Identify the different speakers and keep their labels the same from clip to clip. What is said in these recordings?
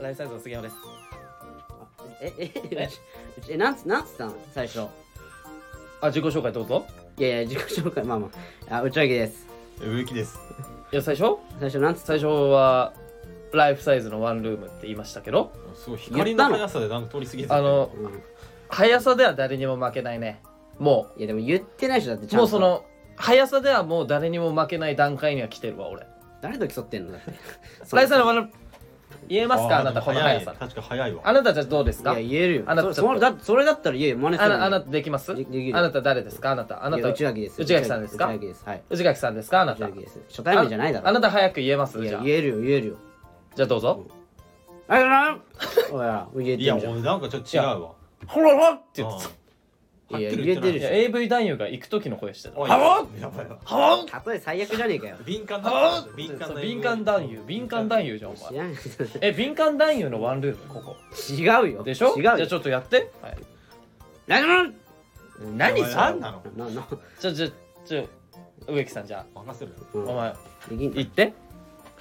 Speaker 1: ライフサイズの杉山です。
Speaker 2: あえええうちうちえなんつなんつったの最初
Speaker 1: あ、自己紹介どうぞ。
Speaker 2: いやいや自己紹介まあまああ内訳です
Speaker 3: 植木です。
Speaker 1: いや、最初
Speaker 2: 最初なんつった
Speaker 1: 最初は、ライフサイズのワンルームって言いましたけど、
Speaker 3: すごい光
Speaker 2: 言っ
Speaker 3: の
Speaker 2: たの
Speaker 3: 速さでなんか通り過ぎてた
Speaker 1: あの、
Speaker 2: うん
Speaker 1: 速さでは誰にも負けないね。も
Speaker 2: いやでも言ってないでしょだってち
Speaker 1: う、
Speaker 2: ゃ
Speaker 1: もう
Speaker 2: んと
Speaker 1: その、速さではもう誰にも負けない段階には来てるわ、俺。
Speaker 2: 誰と競ってんのだって
Speaker 1: ライフサイズの
Speaker 2: い
Speaker 1: ワンルーム、言えますかあなた、この速さ
Speaker 3: 早い。確か早いわ。
Speaker 1: あなたたちどうですか
Speaker 2: や言えるよ
Speaker 1: あなた
Speaker 2: そ
Speaker 1: ちょっと
Speaker 2: それだそれだったら言えよ真似す
Speaker 1: あ
Speaker 2: る
Speaker 1: なあなたできます
Speaker 2: でできる
Speaker 1: あなた誰ですかあなた。あ
Speaker 2: あ
Speaker 1: なた、
Speaker 2: 内訳です
Speaker 1: 内垣さんですか
Speaker 2: 内垣ですはい
Speaker 1: 内垣さんですかあな
Speaker 2: 内
Speaker 1: た。
Speaker 2: 訳です初対面じゃないだろ
Speaker 1: ああなた早く言えます
Speaker 2: い
Speaker 1: じゃ
Speaker 2: や
Speaker 1: あ。
Speaker 2: 言えるよ言えるよ
Speaker 1: じゃあどうぞ。
Speaker 2: あい らんおや言えて
Speaker 3: い
Speaker 2: る
Speaker 3: や、
Speaker 2: じゃん
Speaker 3: 俺なんかちょっと違うわ。
Speaker 1: ほらほらって
Speaker 3: うん
Speaker 1: 言って
Speaker 3: はっ
Speaker 2: いや
Speaker 3: きり
Speaker 2: 言えてる
Speaker 1: た。い
Speaker 2: でし
Speaker 1: や、
Speaker 2: ょ
Speaker 3: 言っ
Speaker 1: AV 男優が行く時の声してた。
Speaker 3: ない
Speaker 1: ハロー
Speaker 3: おいやばいわ。
Speaker 1: ハロー
Speaker 2: 例え最悪じゃねえかよ
Speaker 3: 敏感
Speaker 1: あ
Speaker 3: だ。敏感
Speaker 1: そう
Speaker 3: だ。
Speaker 1: 敏感男優敏感男優じゃんお
Speaker 2: 知
Speaker 1: 前
Speaker 2: らん
Speaker 1: え敏感男優のワンルームここ
Speaker 2: 違うよ
Speaker 1: でしょ
Speaker 2: 違う
Speaker 1: じゃ
Speaker 2: よ
Speaker 1: あちょっとやって、はい、
Speaker 2: ラジオ
Speaker 1: 何
Speaker 3: 何
Speaker 1: それ
Speaker 3: 何なの
Speaker 2: なな
Speaker 1: ちょちょちょ植木さんじゃ
Speaker 3: 任せる。
Speaker 2: う
Speaker 1: あ
Speaker 2: ん
Speaker 1: お前
Speaker 2: できん
Speaker 1: 行って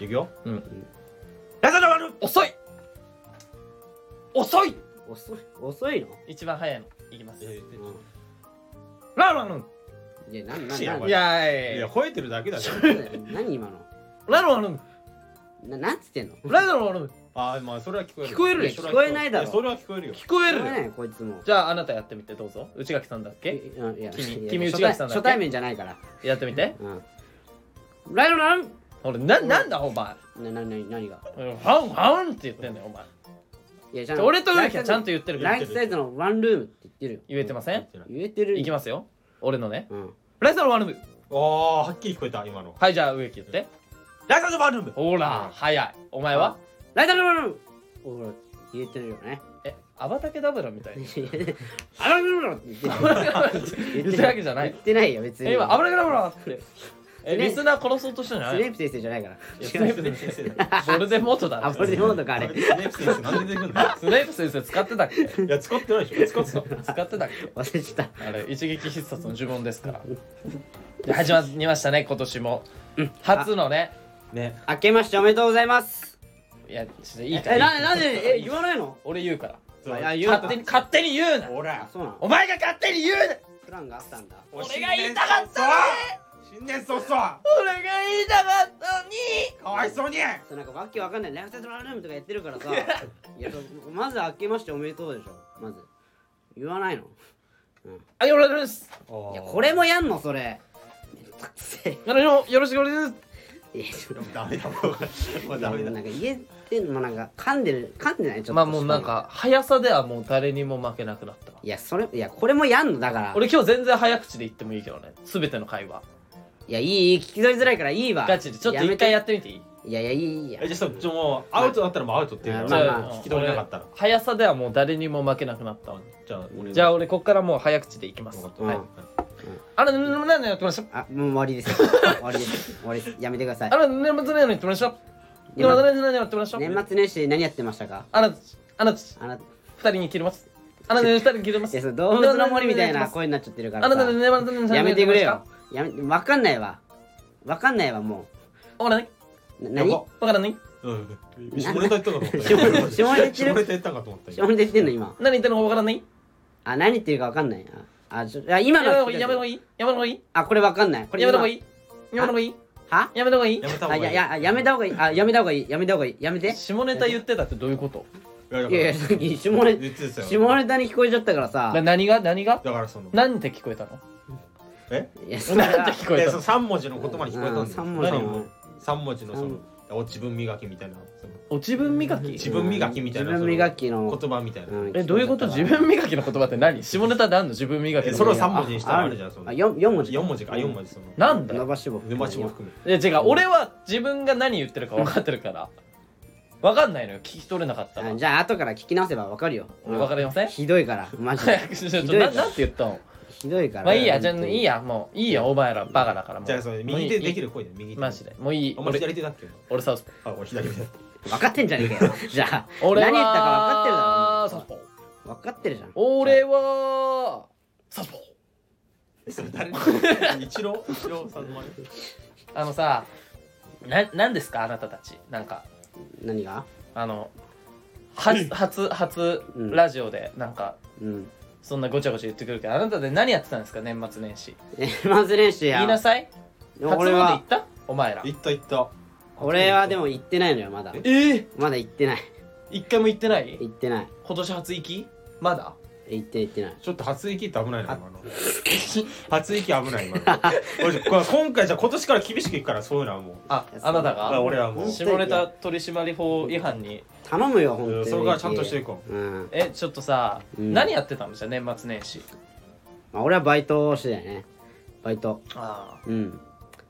Speaker 3: いくよ。
Speaker 1: ラザのワンルーム遅い遅い
Speaker 2: 遅い遅いの
Speaker 1: 一番早いのいきます
Speaker 2: う
Speaker 1: ラララン
Speaker 2: んいやなんなん
Speaker 3: いや
Speaker 2: なん
Speaker 3: お
Speaker 1: い
Speaker 3: 前
Speaker 1: やーい
Speaker 3: いや、
Speaker 1: や
Speaker 3: 吠えてるだけだよ。
Speaker 2: 何今の
Speaker 1: ラララン
Speaker 2: ななんつってんの
Speaker 1: ラザのワンルーム
Speaker 3: あー、まあそれは聞こえる。
Speaker 1: 聞こえるでしょ
Speaker 3: それは
Speaker 2: 聞こえないだろ
Speaker 3: やそれは聞こえるよ。
Speaker 1: 聞こえ
Speaker 2: しょうが
Speaker 1: る
Speaker 2: ないよこいつも
Speaker 1: じゃああなたやってみてどうぞ内垣さんだっ
Speaker 2: え
Speaker 1: け
Speaker 2: うんいや
Speaker 1: 君
Speaker 2: いや
Speaker 1: 君
Speaker 2: 初
Speaker 1: 内
Speaker 2: 対
Speaker 1: 垣さんだっけ
Speaker 2: 初対面じゃないから
Speaker 1: やってみて
Speaker 2: うんラジオラン
Speaker 1: 俺ななんだお前
Speaker 2: ななな何が
Speaker 1: うんハウンハウンって言ってんだよお前
Speaker 2: いやじ
Speaker 1: ちょ俺と植木はちゃんと言ってるけど
Speaker 2: ライフサイズのワンルームって言ってるよ
Speaker 1: 言えてません
Speaker 2: 言えてる
Speaker 1: いきますよ俺のね
Speaker 2: うん
Speaker 1: ライサのワンルーム
Speaker 3: ああ、はっきり聞こえた、今の。
Speaker 1: はいじゃあ植木言って
Speaker 3: ライカのバルーム
Speaker 1: ほら、早いお前は
Speaker 2: ライフサイズのワンルームほら言えてるよね
Speaker 1: えアバタケダブラみたいな
Speaker 2: あらルームって言ってる
Speaker 1: 言ってるわけじゃない
Speaker 2: 言ってないよ別に
Speaker 1: え今アバタケダブラってえ
Speaker 2: スネ
Speaker 1: リスナー殺そうとしたんじゃな
Speaker 2: ス
Speaker 1: い
Speaker 2: レープ先生じゃないから
Speaker 1: いやスネープ先生ボルデモートだ
Speaker 2: あ
Speaker 1: ね
Speaker 2: これでモードかあ
Speaker 3: あ
Speaker 2: れ
Speaker 3: れ、スネープ先生、なんで出てくんの
Speaker 1: スネープ先生使ってたっけ
Speaker 3: いや、使ってないでしょ。使って
Speaker 1: 使ってたっけ
Speaker 2: 忘れちゃっ
Speaker 1: あれ一撃必殺の呪文ですからで始まりましたね今年も初のね
Speaker 3: た。ね。
Speaker 2: た明けましておめでとうございます
Speaker 1: いやちょっといいか
Speaker 2: え
Speaker 1: ら
Speaker 2: ななんでえ言わないの
Speaker 1: 俺言うから
Speaker 3: そう
Speaker 2: あ言う
Speaker 1: 勝手に勝手に言うな
Speaker 3: ほら
Speaker 2: あ。そうなの
Speaker 1: お前が勝手に言うな
Speaker 2: プランがあったんだ
Speaker 1: 俺が言いたかったの
Speaker 3: 新年早々
Speaker 1: 俺が言いたかったのに
Speaker 3: かわいそうに
Speaker 2: そうなんかわけわかんないライフサイドラルームとかやってるからさいやそうまず明けましておめでとうでしょまず言わないの
Speaker 1: あ、よろしくお願いします。
Speaker 2: いやこれもやんのそれ
Speaker 1: あのよろしくお願いします。
Speaker 2: いやちょっ
Speaker 3: ダメだもうも
Speaker 2: と
Speaker 3: うダメだ
Speaker 2: なんか言えてんのもなんか噛んでる噛んでないちょっと
Speaker 1: まあもうなんか速さではもう誰にも負けなくなったわ。
Speaker 2: いやそれいやこれもやんのだから
Speaker 1: 俺今日全然早口で言ってもいいけどね。すべての会話。
Speaker 2: いやいいいい聞き取りづらいからいいわ
Speaker 1: ガチでちょっと
Speaker 2: やめ
Speaker 1: 一
Speaker 2: て
Speaker 1: 回やってみていい？
Speaker 2: いやいやいいいいや
Speaker 3: えじゃあちょもうアウトだったらもうアウトっていう
Speaker 2: ま
Speaker 3: の
Speaker 2: あまあ
Speaker 1: じゃ
Speaker 3: 聞き取れなかったら
Speaker 1: 俺速さではもう誰にも負けなくなったわ。
Speaker 3: じゃあ俺
Speaker 1: じゃあ俺こっからもう早口でいきます。
Speaker 3: 分かった
Speaker 2: うん
Speaker 1: はい。あの何々やってました。
Speaker 2: あもう終わりです終わりです終わりですやめてください
Speaker 1: あの年末年始やってました。
Speaker 2: 年末
Speaker 1: 今何々やってました。
Speaker 2: 年末年始何やってましたか
Speaker 1: あのあの
Speaker 2: あなたい
Speaker 1: 二人に切れます。あの二人に切れます。
Speaker 2: やその動物の森みたいな声になっちゃってるから
Speaker 1: あなたの
Speaker 2: さ
Speaker 1: 年末年始
Speaker 2: やめてくれ
Speaker 1: やって
Speaker 2: よやめわかんないわわかんないわも
Speaker 1: ました。わからないう
Speaker 2: な何
Speaker 3: やば
Speaker 1: わからない
Speaker 3: うん下ネタ言ったかと思った
Speaker 2: 下ネ下ネタ言ってる
Speaker 3: 下ネタ言ったかと思った
Speaker 2: 下ネタ言ってんの今
Speaker 1: 何言ってるのかわからない
Speaker 2: あ何言ってるかわかんないああちょあ今
Speaker 1: やめた方
Speaker 2: の
Speaker 1: がいいやめた方がいいやめた方がいい
Speaker 2: あこれわかんないこれ
Speaker 1: やめ
Speaker 2: 今
Speaker 1: た方がいいやめた方がいい
Speaker 2: は
Speaker 1: やめた方がいい
Speaker 3: やめた方
Speaker 2: あい
Speaker 3: がいい
Speaker 2: やいやあやめた方がいいあやめた方がいいやめた方がいいやめて
Speaker 1: 下ネタ言ってたってどういうこと
Speaker 3: いやだ
Speaker 2: い
Speaker 3: か
Speaker 2: やいや
Speaker 3: ら
Speaker 2: さっき下ネ
Speaker 3: 言ってた
Speaker 2: タ
Speaker 3: よ
Speaker 2: 下ネタに聞こえちゃったからさ
Speaker 1: な何が何が
Speaker 3: だからその
Speaker 1: なんて聞こえたの
Speaker 3: え
Speaker 2: いやそれは
Speaker 1: なんて聞こえ
Speaker 3: え
Speaker 1: た
Speaker 3: その
Speaker 1: の
Speaker 3: 三文字の言葉に聞こえた
Speaker 2: うんん三
Speaker 3: だ
Speaker 2: 文字
Speaker 3: 何
Speaker 2: の
Speaker 3: 三文字のそのお自分磨きみたいなその
Speaker 1: お自分磨
Speaker 3: 自
Speaker 1: き
Speaker 3: 分磨きみたいな
Speaker 2: 自分磨きの
Speaker 3: そ言葉みたいな
Speaker 2: うん
Speaker 1: えどういうこと自分磨きの言葉って何下ネタであんの自分磨き
Speaker 3: え
Speaker 1: の
Speaker 3: それを
Speaker 1: 言葉
Speaker 3: 三文字にしたらあるじゃんその
Speaker 2: あ四四文字
Speaker 3: 四文字か四文字その
Speaker 1: なんだ
Speaker 2: 伸
Speaker 1: よ
Speaker 2: ばし棒
Speaker 3: 沼地も含め
Speaker 1: いや違う俺は自分が何言ってるか分かってる から分かんないのよ聞き取れなかった
Speaker 2: あ
Speaker 1: ら
Speaker 2: じゃあ後から聞き直せばわかるよ
Speaker 1: 分かりません
Speaker 2: ひどい からマジ
Speaker 1: 早
Speaker 2: で
Speaker 1: くしろ
Speaker 2: ひ
Speaker 1: ち
Speaker 2: ど
Speaker 1: ょ
Speaker 2: い
Speaker 1: な
Speaker 2: か
Speaker 1: な
Speaker 2: ら
Speaker 1: んて言ったの
Speaker 2: ひどいから
Speaker 1: まあいいやじゃあ
Speaker 2: 本当
Speaker 1: い
Speaker 2: に
Speaker 1: いやもういいやお前らバカだからもう
Speaker 3: じゃあそれ
Speaker 1: もうい
Speaker 3: 右
Speaker 1: い
Speaker 3: 手できる声で右手
Speaker 1: マジでもういい
Speaker 3: お前
Speaker 1: 俺
Speaker 3: 左手だっけ
Speaker 1: 俺サウスポー
Speaker 3: あ俺左手だった
Speaker 2: 分かってんじゃねえかよ じゃあ
Speaker 1: 俺は
Speaker 2: 何言ったか分かってるだろお
Speaker 1: てる
Speaker 2: 前
Speaker 1: だろ
Speaker 2: 分かってるじゃん
Speaker 1: 俺はサウスポー
Speaker 3: えそれ誰の一郎一郎さんの真似
Speaker 1: あのさな何ですかあなたたちなんか
Speaker 2: 何が
Speaker 1: あの初初初
Speaker 2: うん
Speaker 1: ラジオでなんか
Speaker 2: うん。
Speaker 1: そんなごちゃごちゃ言ってくるけどあなたで何やってたんですか年末年始
Speaker 2: 年末年始
Speaker 1: 言いな
Speaker 2: や。
Speaker 1: さい
Speaker 2: でも
Speaker 1: 初詣
Speaker 2: 俺
Speaker 1: 行
Speaker 2: は
Speaker 1: っ、たお前ら
Speaker 3: 行った行った
Speaker 2: 俺はでも行ってないのよ、まだ。
Speaker 1: えー、
Speaker 2: まだ行ってない。
Speaker 1: 一回も行ってない
Speaker 2: 行ってない。
Speaker 1: 今年初行きまだ
Speaker 2: 行って行ってない。
Speaker 3: ちょっと初息って危ないな今の初息危ない今の俺これ今回じゃあ今年から厳しくいくからそういうのはもう
Speaker 1: ああなた
Speaker 3: あ
Speaker 1: が
Speaker 3: 俺はもう
Speaker 1: 下ネタ取締法違反に
Speaker 2: 頼むよ、本当
Speaker 3: うん
Speaker 2: に。
Speaker 3: それからちゃんとしていこ
Speaker 2: うん。
Speaker 1: えちょっとさ、
Speaker 2: うん
Speaker 1: 何やってたのじゃあ年末年始
Speaker 2: まあ、俺はバイトをしてたよね。バイト。
Speaker 1: あ
Speaker 2: うん。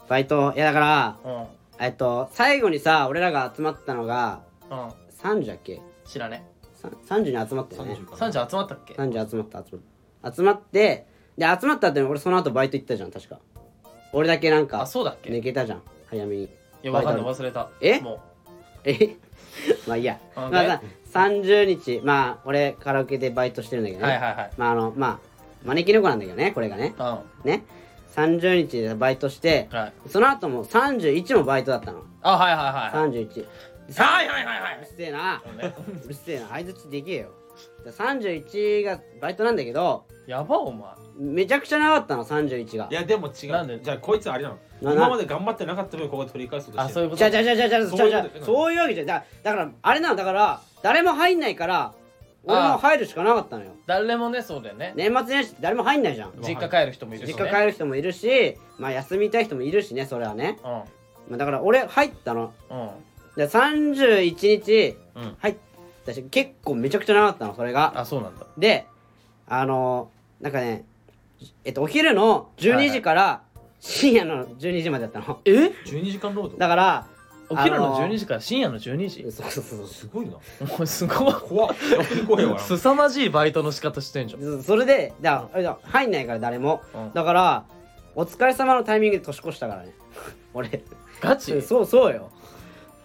Speaker 2: バイト。いや、だから、
Speaker 1: あうん
Speaker 2: えっと、最後にさ、俺らが集まったのが、
Speaker 1: うん
Speaker 2: 30だっけ
Speaker 1: 知らね
Speaker 2: さ30に集まったよね
Speaker 3: 30から
Speaker 1: 30集まったっけ
Speaker 2: 30集まった集まった集まってで集まった後に俺その後バイト行ったじゃん確か俺だけなん
Speaker 1: あ
Speaker 2: か
Speaker 1: そうだっけ、
Speaker 2: 抜けたじゃん早めに
Speaker 1: いやわかんない
Speaker 2: バイ
Speaker 1: 忘れた
Speaker 2: え
Speaker 1: も
Speaker 2: トえ まあいいや
Speaker 1: あ
Speaker 2: まあ
Speaker 1: で
Speaker 2: さ30日まあ俺カラオケでバイトしてるんだけ
Speaker 1: う
Speaker 2: どね、
Speaker 1: はいはいはい
Speaker 2: まああのまあ招き猫なんだけどねこれがね
Speaker 1: うん
Speaker 2: ね30日でバイトして
Speaker 1: はい
Speaker 2: その後も31もバイトだったの
Speaker 1: あはいはいはい
Speaker 2: 31
Speaker 1: はいはいはいは
Speaker 2: うる
Speaker 1: い
Speaker 2: せえな
Speaker 1: そうね
Speaker 2: うるせえな相づちでけえよで31がバイトなんだけど
Speaker 1: やばお前
Speaker 2: めちゃくちゃ長かったの31が
Speaker 3: いやでも違
Speaker 1: なんで
Speaker 3: うじゃあこいつあれなの
Speaker 2: な
Speaker 3: 今まで頑張ってなかった分ここで取り返そうとし
Speaker 1: あ
Speaker 3: て
Speaker 1: そういううこ
Speaker 2: じゃ
Speaker 1: と
Speaker 2: あじゃあじゃあじゃあじゃあじゃあじゃ
Speaker 3: そういうこと
Speaker 2: あ
Speaker 3: ね
Speaker 2: そういうわけじゃだだからあれなのだから誰も入んないから俺も入るしかなかったのよ
Speaker 1: 誰もねそうだよね
Speaker 2: 年末年始って誰も入んないじゃん
Speaker 1: 実家帰る人もいるし、
Speaker 2: 実
Speaker 1: ね、
Speaker 2: 家帰る人もいるしまあ休みたい人もいるしねそれはね、
Speaker 1: うん
Speaker 2: まあ、だから俺入ったの
Speaker 1: うん
Speaker 2: で31日
Speaker 1: うん
Speaker 2: 入ったし結構めちゃくちゃ長かったのそれが
Speaker 1: あそうなんだ
Speaker 2: であのーなんかねえっとお昼の12時から深夜の12時までだったの
Speaker 1: え
Speaker 3: 12時間労働
Speaker 2: だから
Speaker 1: お昼の
Speaker 2: あのー
Speaker 1: 12時から深夜の12時
Speaker 2: そうそうそう
Speaker 3: すごいな
Speaker 1: お前すごい
Speaker 3: 怖っ逆 に怖いわ
Speaker 1: すさまじいバイトの仕方してんじゃん
Speaker 2: そそれでだからあれだ入んないから誰も、
Speaker 1: うん
Speaker 2: だからお疲れ様のタイミングで年越したからね 俺
Speaker 1: ガチ
Speaker 2: そうそうよ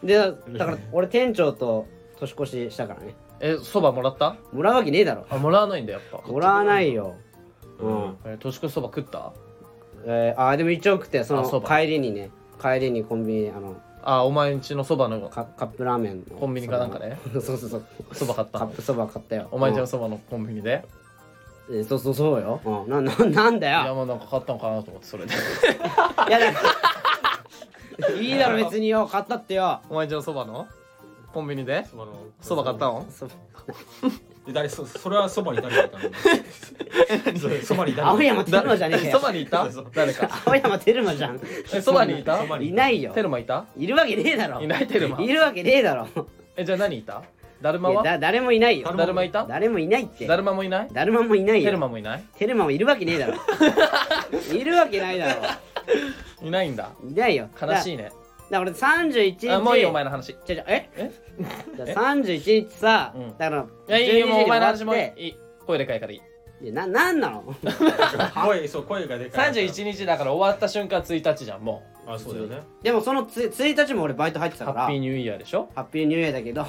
Speaker 2: でだから俺店長と年越ししたからね
Speaker 1: えそばもらった
Speaker 2: もらうわけねえだろ
Speaker 1: あもらわないんだやっぱ
Speaker 2: もらわないよう、
Speaker 3: うんん
Speaker 1: え年越しそば食った
Speaker 2: えーあーでも一応食ってそ
Speaker 1: あそ
Speaker 2: の
Speaker 1: ば
Speaker 2: 帰りにね帰りにコンビニであの
Speaker 1: あお前んちのそばの
Speaker 2: カカップラーメンの
Speaker 1: コンビニかなんかね
Speaker 2: その そうそうそう
Speaker 1: そば買った
Speaker 2: カッ
Speaker 1: の
Speaker 2: プそば買ったよ
Speaker 1: お前んちの
Speaker 2: う
Speaker 1: そばのコンビニで
Speaker 2: んえーそうそうそうよ、うん、なななんだ
Speaker 1: いや
Speaker 2: よ
Speaker 1: もうなんか買ったのかなと思ってそれで
Speaker 2: いやだから いいだろ別によ買ったってよ
Speaker 1: お前んちのそばのコンビニで
Speaker 3: そばの
Speaker 1: そば買ったの
Speaker 2: そ
Speaker 3: で誰そそれはそばに誰がいたのそそばに
Speaker 2: 青
Speaker 3: 誰が
Speaker 2: 山テルマじゃねえ
Speaker 1: そ
Speaker 2: よ
Speaker 1: ばにいた
Speaker 3: そう
Speaker 1: 誰か
Speaker 2: 青山テルマじゃん
Speaker 1: えそばにいた
Speaker 3: そば に
Speaker 2: いないよ
Speaker 1: テルマいた
Speaker 2: いるわけねえだろ
Speaker 1: いないテルマ
Speaker 2: いるわけねえだろ
Speaker 1: えじゃあ何いただるま
Speaker 2: いや
Speaker 1: は
Speaker 2: だ誰もいないよ
Speaker 1: だるまいた
Speaker 2: 誰もいないって
Speaker 1: だるまもいない
Speaker 2: 誰ももいないよ
Speaker 1: テルマもいない
Speaker 2: テルマもいるわけねえだ ろいるわけないだろ
Speaker 1: いないんだ
Speaker 2: いないよ
Speaker 1: 悲し
Speaker 2: い
Speaker 1: いね
Speaker 2: だから俺31日
Speaker 1: あもういいよお前の話い
Speaker 2: ちょちょえ
Speaker 1: え
Speaker 2: だから31日さ
Speaker 1: うん
Speaker 2: だから
Speaker 1: やいいよもうお前の話も
Speaker 2: い
Speaker 1: いい声でかいからいい
Speaker 2: やななんなの
Speaker 3: 声そう声がでかい
Speaker 1: 31日だから終わった瞬間1日じゃんも
Speaker 3: あそうだよね
Speaker 2: でもそのつ1日も俺バイト入って
Speaker 1: う
Speaker 2: た
Speaker 1: ハ
Speaker 2: から
Speaker 1: ッピーニューイヤーでしょ
Speaker 2: ハッピーニューイヤーだけど、
Speaker 1: う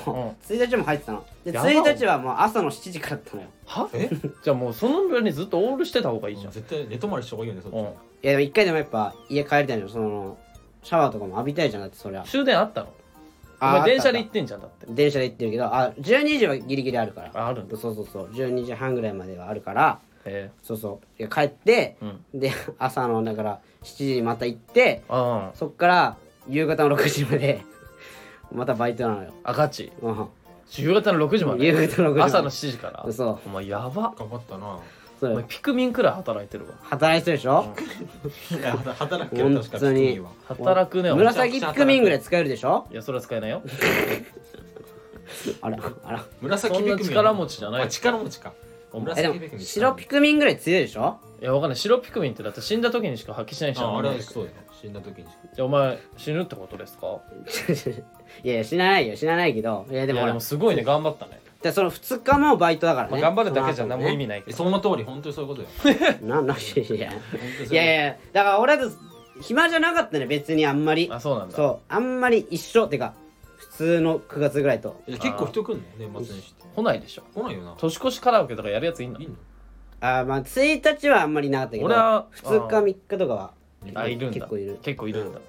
Speaker 2: 1日も入ってたので
Speaker 1: やばい
Speaker 2: 1日はもう朝の7時からだったのよ
Speaker 1: は
Speaker 3: え
Speaker 1: じゃあもうその分にずっとオールしてた方がいいじゃん
Speaker 3: 絶対寝泊まりした方がいいよねそっち
Speaker 1: うん
Speaker 2: いやでも一回でもやっぱ家帰りたいのよそのシャワーとかも浴びたいじゃんだってそりゃ
Speaker 1: 終電あったのお
Speaker 2: あ
Speaker 1: 前電車で
Speaker 2: あ
Speaker 1: 行ってんじゃんだって
Speaker 2: た電車で行ってるけどあ12時はギリギリあるから
Speaker 1: ああるんだ
Speaker 2: そうそうそう12時半ぐらいまではあるから
Speaker 1: え
Speaker 2: そうそういや帰って
Speaker 1: えうん
Speaker 2: で朝のだから7時にまた行って
Speaker 1: あ
Speaker 2: そっから夕方の6時までまたバイトなのよ、
Speaker 1: あガチ
Speaker 2: う
Speaker 1: 夕方の6時ま
Speaker 2: ん、
Speaker 1: で
Speaker 2: 夕方の6時まで
Speaker 1: 朝の7時から
Speaker 2: そう
Speaker 1: お前やば
Speaker 3: 頑張ったな
Speaker 2: そ
Speaker 1: お
Speaker 2: う
Speaker 1: 前
Speaker 2: よ
Speaker 1: ピクミンくらい働いてるわ
Speaker 2: 働いてるでしょ、
Speaker 3: いや働け
Speaker 2: 本当
Speaker 3: る
Speaker 2: に
Speaker 3: 確かに君は
Speaker 1: 働くねお前
Speaker 2: 紫ピクミンぐらい使えるでしょ
Speaker 1: いやそれは使えないよ
Speaker 2: あらあら
Speaker 3: 紫
Speaker 1: そん
Speaker 3: ピ
Speaker 1: な
Speaker 3: クミン
Speaker 1: 力持ちじゃない
Speaker 3: あ力持ちか
Speaker 1: お前
Speaker 2: えでも
Speaker 3: 紫ピクミン
Speaker 2: 白ピクミンぐらい強いでしょ
Speaker 1: いやわかんない白ピクミンってだって死んだ時にしか発揮しないじゃん
Speaker 3: ああれはそうだよね死んだ時に
Speaker 1: じゃあお前死ぬってことですか
Speaker 2: いやいや知らないよ知らないけどいやで
Speaker 1: でも
Speaker 2: も
Speaker 1: でもすごいね頑張ったね、
Speaker 2: でその2日もバイトだから
Speaker 1: まあ、
Speaker 2: ね、
Speaker 1: 頑張るだけじゃ
Speaker 2: その
Speaker 1: 何
Speaker 2: 後
Speaker 1: も
Speaker 2: ね
Speaker 1: 意味ないけ
Speaker 3: え
Speaker 1: ど、
Speaker 3: その通り本当にそういうことよ
Speaker 2: なないや
Speaker 3: 本当にそううこと
Speaker 2: いやいやだから俺だと暇じゃなかったね別にあんまり
Speaker 1: あそうなんだ
Speaker 2: そうあんまり一緒ってか普通の9月ぐらいと
Speaker 3: いや結構人来んの年末年始って
Speaker 1: 来ないでしょ
Speaker 3: 来ないよな
Speaker 1: 年越しカラオケとかやるやついんの
Speaker 3: いいの
Speaker 2: あーまあ1日はあんまりなかったけど
Speaker 1: 俺は
Speaker 2: 2日
Speaker 1: あー
Speaker 2: 3日とかは
Speaker 1: あいるんだ
Speaker 2: 結構いる
Speaker 1: 結構いるんだ、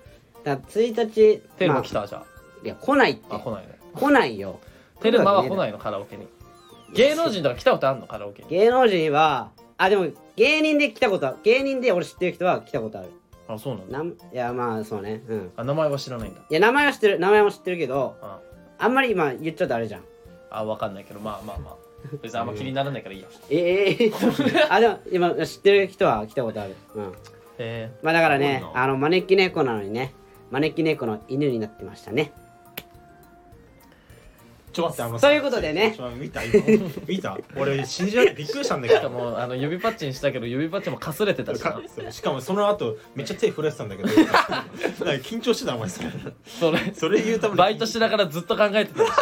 Speaker 2: だから1日
Speaker 1: テル
Speaker 2: ま
Speaker 1: マ
Speaker 2: あ
Speaker 1: 来たじゃん、
Speaker 2: いや来ないって
Speaker 1: あ来ないね
Speaker 2: 来ないよ
Speaker 1: テルマは来ないのカラオケに芸能人とか来たことあんのカラオケに
Speaker 2: 芸能人はあでも芸人で来たことは芸人で俺知ってる人は来たことある
Speaker 1: あそうなんだ
Speaker 2: なんいやまあそうねうん
Speaker 1: あ名前は知らないんだ
Speaker 2: いや名前は知ってる名前も知ってるけど
Speaker 1: あ
Speaker 2: あんまり今言っちゃうとあれじゃん
Speaker 1: あわかんないけどまあまあまあ別にあんま気にならないからいいや
Speaker 2: ええ あでも今知ってる人は来たことあるうん
Speaker 1: え
Speaker 2: まあだからね
Speaker 3: すごいな
Speaker 2: あの招き猫なのにね招き猫の犬になってましたね
Speaker 3: ちょ待ってあの
Speaker 2: そういうことでね
Speaker 3: ちょ見た今見た俺信じられてびっくりしたんだけ
Speaker 1: ー、しか
Speaker 3: ど
Speaker 1: もあの指パッチンしたけど指パッチンもかすれてたしな
Speaker 3: かしかもその後めっちゃ手震えてたんだけどなんか緊張してたお前それ
Speaker 1: それ
Speaker 3: それ言うために
Speaker 1: バイトしながらずっと考えてたでし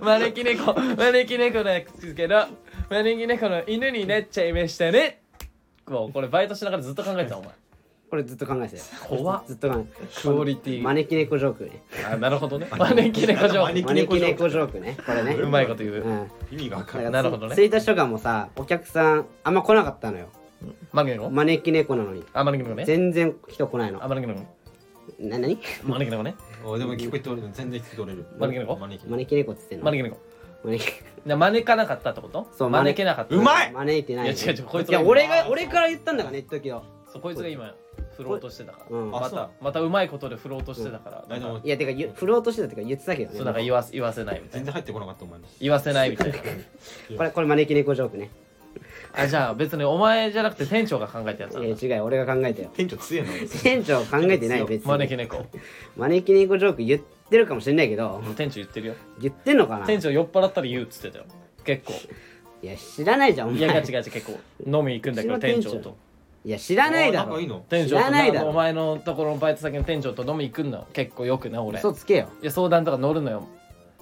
Speaker 1: ょ招き猫招き猫なんですけど招き猫の犬になっちゃいましたねもうこれバイトしながらずっと考えてたお前
Speaker 2: これずっと考えてたよ
Speaker 1: 怖っ
Speaker 2: ずっと考えて
Speaker 1: クオリテ
Speaker 2: た
Speaker 1: ィ
Speaker 2: 招き猫ジョークね
Speaker 1: あなるほどね招き猫じゃ
Speaker 3: 招き
Speaker 2: 招
Speaker 3: 猫
Speaker 2: き
Speaker 3: ジョーク
Speaker 2: 猫ジョークねこれね
Speaker 1: うまいこと言
Speaker 2: う
Speaker 1: うん
Speaker 3: 意味がわかんない
Speaker 1: なるほどね
Speaker 2: ツイート書がもさお客さんあんま来なかったのよ
Speaker 1: 招き猫
Speaker 2: 招き猫なのに
Speaker 1: あ招き猫ね
Speaker 2: 全然人来ないの
Speaker 1: あ招き猫
Speaker 2: な何
Speaker 1: 招き猫ね
Speaker 3: おでも聞こえておる全然聞こえておれる
Speaker 1: 招き猫
Speaker 3: 招き猫
Speaker 2: 招き猫って言ってんの
Speaker 1: 招き猫
Speaker 2: 招き
Speaker 1: な招かなかったってこと
Speaker 2: そう招
Speaker 1: 招けなかった
Speaker 3: うまい
Speaker 2: 招いてないの
Speaker 1: いや違う違うこいつ
Speaker 2: い
Speaker 1: が
Speaker 2: や俺が俺から言ったんだからね言っときよ
Speaker 1: そうこいつが今振ろうとしてたから、
Speaker 2: うん
Speaker 1: ま
Speaker 3: あそう
Speaker 1: たまたうまいことで振ろうとしてたから、
Speaker 3: ん
Speaker 1: なんか
Speaker 3: あ
Speaker 2: いやてかゆ振ろうとしてたってか言ってたけどね
Speaker 1: そうなんか言わせ言わせないみたい
Speaker 3: 全
Speaker 1: な
Speaker 3: 然入ってこなかったお前の
Speaker 1: 言わせないみ たいな
Speaker 2: これこれ招き猫ジョークね
Speaker 1: あじゃあ別にお前じゃなくて店長が考えたやつ
Speaker 2: い
Speaker 1: な
Speaker 2: や
Speaker 1: んだ
Speaker 2: 違う俺が考えたよ
Speaker 3: 店長強いな俺
Speaker 2: 店長考えてない別
Speaker 1: 招き
Speaker 2: に
Speaker 1: 猫
Speaker 2: 招き猫ジョーク言ってるかもしれないけど
Speaker 1: 店長言ってるよ
Speaker 2: 言ってんのかな
Speaker 1: 店長酔っ払ったら言うっつってたよ結構
Speaker 2: いや知らないじゃんお
Speaker 1: いや
Speaker 2: 前
Speaker 1: 違う違う結構飲み行くんだけど
Speaker 2: うちの
Speaker 1: 店
Speaker 2: 店長
Speaker 1: 長と
Speaker 2: いや知らないだ
Speaker 3: あ仲
Speaker 2: ろ
Speaker 3: い いの
Speaker 1: 店
Speaker 2: 知
Speaker 1: 長
Speaker 2: ら
Speaker 1: と
Speaker 2: ないだ
Speaker 1: お
Speaker 2: ろ
Speaker 1: 前のところのバイト先の店長と飲み行くの結構よくね俺
Speaker 2: 嘘つけよ
Speaker 1: いや相談とか乗るのよ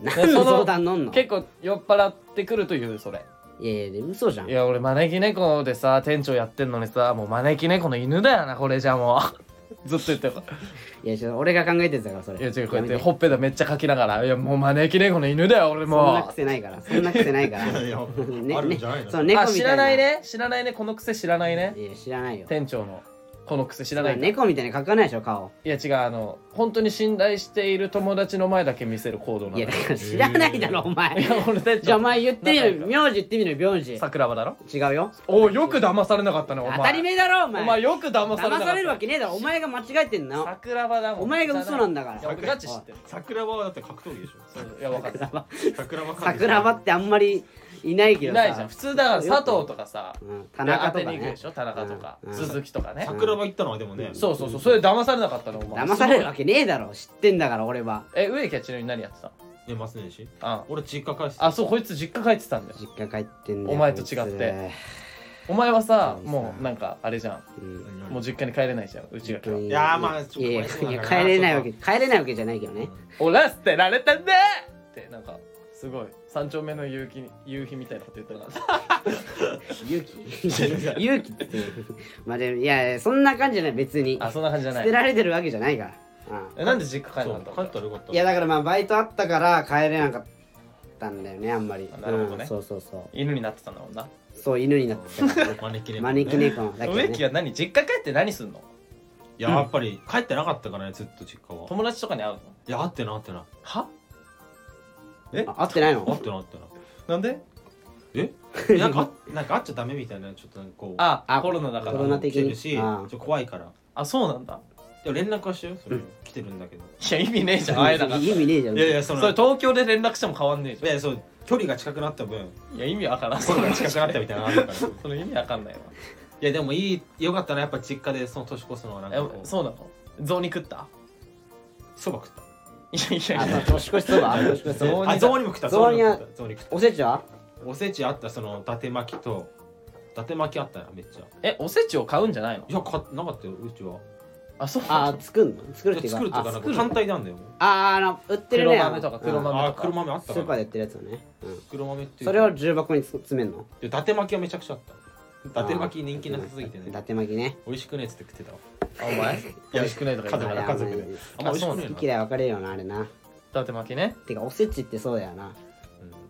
Speaker 2: 何
Speaker 1: その
Speaker 2: の相談乗んの
Speaker 1: 結構酔っ払ってくるというそれ
Speaker 2: いやいや嘘じゃん
Speaker 1: いや俺招き猫でさ店長やってんのにさもう招き猫の犬だよなこれじゃもう ずっと言ってるから
Speaker 2: いやちょっと俺が考えてたからそれ
Speaker 1: いや違うこうやって
Speaker 2: め
Speaker 1: ほっぺためっちゃかきながらいやもう招き猫の犬だよ俺
Speaker 2: そんな
Speaker 1: も
Speaker 2: 癖ないからそんな癖ないから
Speaker 3: いや
Speaker 2: ね
Speaker 3: あるん
Speaker 2: ね
Speaker 3: じゃないの
Speaker 2: その
Speaker 1: うあ
Speaker 2: 猫みたいな
Speaker 1: 知らないね知らないねこの癖知らないね
Speaker 2: いや知らないよ
Speaker 1: 店長のこの癖知らないね
Speaker 2: 猫みたいに描かないでしょ顔
Speaker 1: いや違うあの本当に信頼している友達の前だけ見せる行動ないの
Speaker 2: や
Speaker 1: よ
Speaker 2: だから知らないだろお
Speaker 1: い
Speaker 2: 前
Speaker 1: や俺店
Speaker 2: じゃあお
Speaker 1: 長
Speaker 2: 前言ってみ
Speaker 1: 仲いい
Speaker 2: る名字言ってみる名字
Speaker 1: 桜庭だろ
Speaker 2: 違うよ
Speaker 1: おおよく騙されなかったねお
Speaker 2: 当
Speaker 1: 前
Speaker 2: たり前だろお
Speaker 1: お
Speaker 2: 前
Speaker 1: 前よく騙されなかっ
Speaker 2: 騙
Speaker 1: た
Speaker 2: されるわけねえだろお前が間違えてんの
Speaker 1: 桜庭だもん
Speaker 2: お前が嘘なんだから
Speaker 1: いや俺ガチ知ってる
Speaker 3: 桜庭はだって格闘技でしょ
Speaker 1: そういや分かった
Speaker 3: 桜庭か
Speaker 2: 桜庭ってあんまりいないけ
Speaker 1: い
Speaker 2: ど
Speaker 1: ないじゃん
Speaker 2: さ
Speaker 1: 普通だから佐藤とかさ
Speaker 2: うん田中と
Speaker 1: 当
Speaker 2: か
Speaker 1: てに行く
Speaker 2: ね
Speaker 1: でしょ田中とか
Speaker 2: うんうん
Speaker 1: 鈴木とかね
Speaker 3: 桜庭行ったのはでもね
Speaker 1: そうそうそうそれで騙されなかったのお前
Speaker 2: 騙されるわけねえだろ知ってんだから俺は
Speaker 1: え植木はちなみに何やってた
Speaker 3: 年末年始
Speaker 1: のうん
Speaker 3: 俺実家返して
Speaker 1: あそうこいつ実家帰ってたんだよ
Speaker 2: 実家帰ってんだよ
Speaker 1: お前と違って
Speaker 2: こいつ
Speaker 1: お前はさ
Speaker 2: そうさ
Speaker 1: もうなんかあれじゃ
Speaker 2: うん
Speaker 1: んもう実家に帰れないじゃんうちが
Speaker 3: いやーまあちょっと
Speaker 2: いやい
Speaker 3: かわいそう
Speaker 2: や
Speaker 3: だ
Speaker 2: い
Speaker 3: から
Speaker 2: や
Speaker 3: な
Speaker 2: 帰れないわけ帰れないわけじゃないけどね
Speaker 1: 俺は捨てられたんだってなんかすごい三丁目の夕日に夕日みたいなこと言ってなかった
Speaker 2: 勇気勇気ってまあでもいやいやそんな感じじゃない別に
Speaker 1: あそんな感じじゃ
Speaker 2: 捨
Speaker 1: な
Speaker 2: て
Speaker 1: い
Speaker 2: られてるわけじゃないからうん
Speaker 1: えなんで実家帰
Speaker 3: そ
Speaker 1: らな
Speaker 3: う
Speaker 1: かっ
Speaker 3: 帰
Speaker 1: たの
Speaker 3: ったらよかった
Speaker 2: いやだからまあバイトあったから帰れなかったんだよねあんまり
Speaker 1: あなるほどね
Speaker 2: うんそうそうそう
Speaker 1: 犬になってたんだもんな
Speaker 2: そう犬になってた からね
Speaker 3: 招き猫
Speaker 2: 招き猫だけど
Speaker 1: 植木
Speaker 2: ね
Speaker 1: は何実家帰って何すんの
Speaker 3: いややっぱり帰ってなかったからねずっと実家は
Speaker 1: 友達とかに会うの
Speaker 3: いや会ってな会ってな
Speaker 1: は
Speaker 3: え
Speaker 2: あ合ってない
Speaker 3: 会っ
Speaker 2: の
Speaker 3: てな会ってな
Speaker 1: なんで
Speaker 3: え なん かあなんか会っちゃダメみたいなちょっとなんかこう
Speaker 1: あ
Speaker 2: あ
Speaker 1: コロナだか
Speaker 2: コロ
Speaker 1: ら
Speaker 2: ナ
Speaker 3: 来
Speaker 2: 的
Speaker 3: て
Speaker 2: に
Speaker 3: るしち
Speaker 2: あ
Speaker 3: ょ
Speaker 2: あ
Speaker 3: っと怖いから
Speaker 1: あそうなんだ
Speaker 3: でも連絡はしてよそれ来てるんだけど
Speaker 1: いや意味ねえじ ゃん会えなかっ
Speaker 2: 意味ねえじゃん
Speaker 3: いやいやそ
Speaker 1: た
Speaker 3: の
Speaker 1: それ東京で連絡しても変わんねえ
Speaker 3: い
Speaker 1: じ
Speaker 3: やそう距離が近くなった分
Speaker 1: ゃんいや意味わからんそ
Speaker 3: コロ
Speaker 1: れ
Speaker 3: ナが近くなったみたいなのあ るから
Speaker 1: その意味わかんないわ
Speaker 3: いやでもいいよかったなやっぱ実家でその年越すのはなんか
Speaker 1: え
Speaker 3: こう
Speaker 1: そうなの雑煮食った
Speaker 3: そば食った
Speaker 1: いやいや
Speaker 2: あ
Speaker 1: いや
Speaker 2: そう年越しそば年越しそば
Speaker 1: 雑煮だ
Speaker 3: あ雑煮も食った
Speaker 2: 雑煮は
Speaker 3: 食った雑煮食った
Speaker 2: おせちは
Speaker 3: おせちあったその伊達巻きと伊達巻きあったよめっちゃ
Speaker 1: えおせちを買うんじゃないの
Speaker 3: いや買ってなかったようちは
Speaker 1: あそうな
Speaker 2: あ
Speaker 1: の
Speaker 2: 作るの作るっ
Speaker 3: い
Speaker 2: てい
Speaker 3: や
Speaker 2: うか
Speaker 3: 作るとか
Speaker 2: あ
Speaker 3: なん
Speaker 2: 作
Speaker 3: か
Speaker 2: る
Speaker 3: 単体なんだよ
Speaker 2: ああの売ってるね
Speaker 1: 黒豆とか黒豆
Speaker 3: あー黒豆あっ
Speaker 2: ス
Speaker 3: たか
Speaker 2: ーパー
Speaker 3: ら
Speaker 2: で売ってるやつだねうん
Speaker 3: 黒豆っていう
Speaker 2: それを重箱につ詰めんの
Speaker 3: で伊達巻きはめちゃくちゃあった伊達巻き人気なさすぎて
Speaker 2: 伊
Speaker 3: ね
Speaker 2: 達巻きね
Speaker 3: 美味しくねえっつって食ってたわ
Speaker 1: あお前美味しくないとか言いなが
Speaker 3: あれ
Speaker 1: ら
Speaker 3: 家族
Speaker 2: あ
Speaker 3: で
Speaker 2: んまり
Speaker 3: あんま美味しくね
Speaker 2: 好
Speaker 3: えな
Speaker 2: き嫌い分かれるよなあれな
Speaker 1: 伊達巻きね
Speaker 2: てかおせちってそうだよな
Speaker 3: うん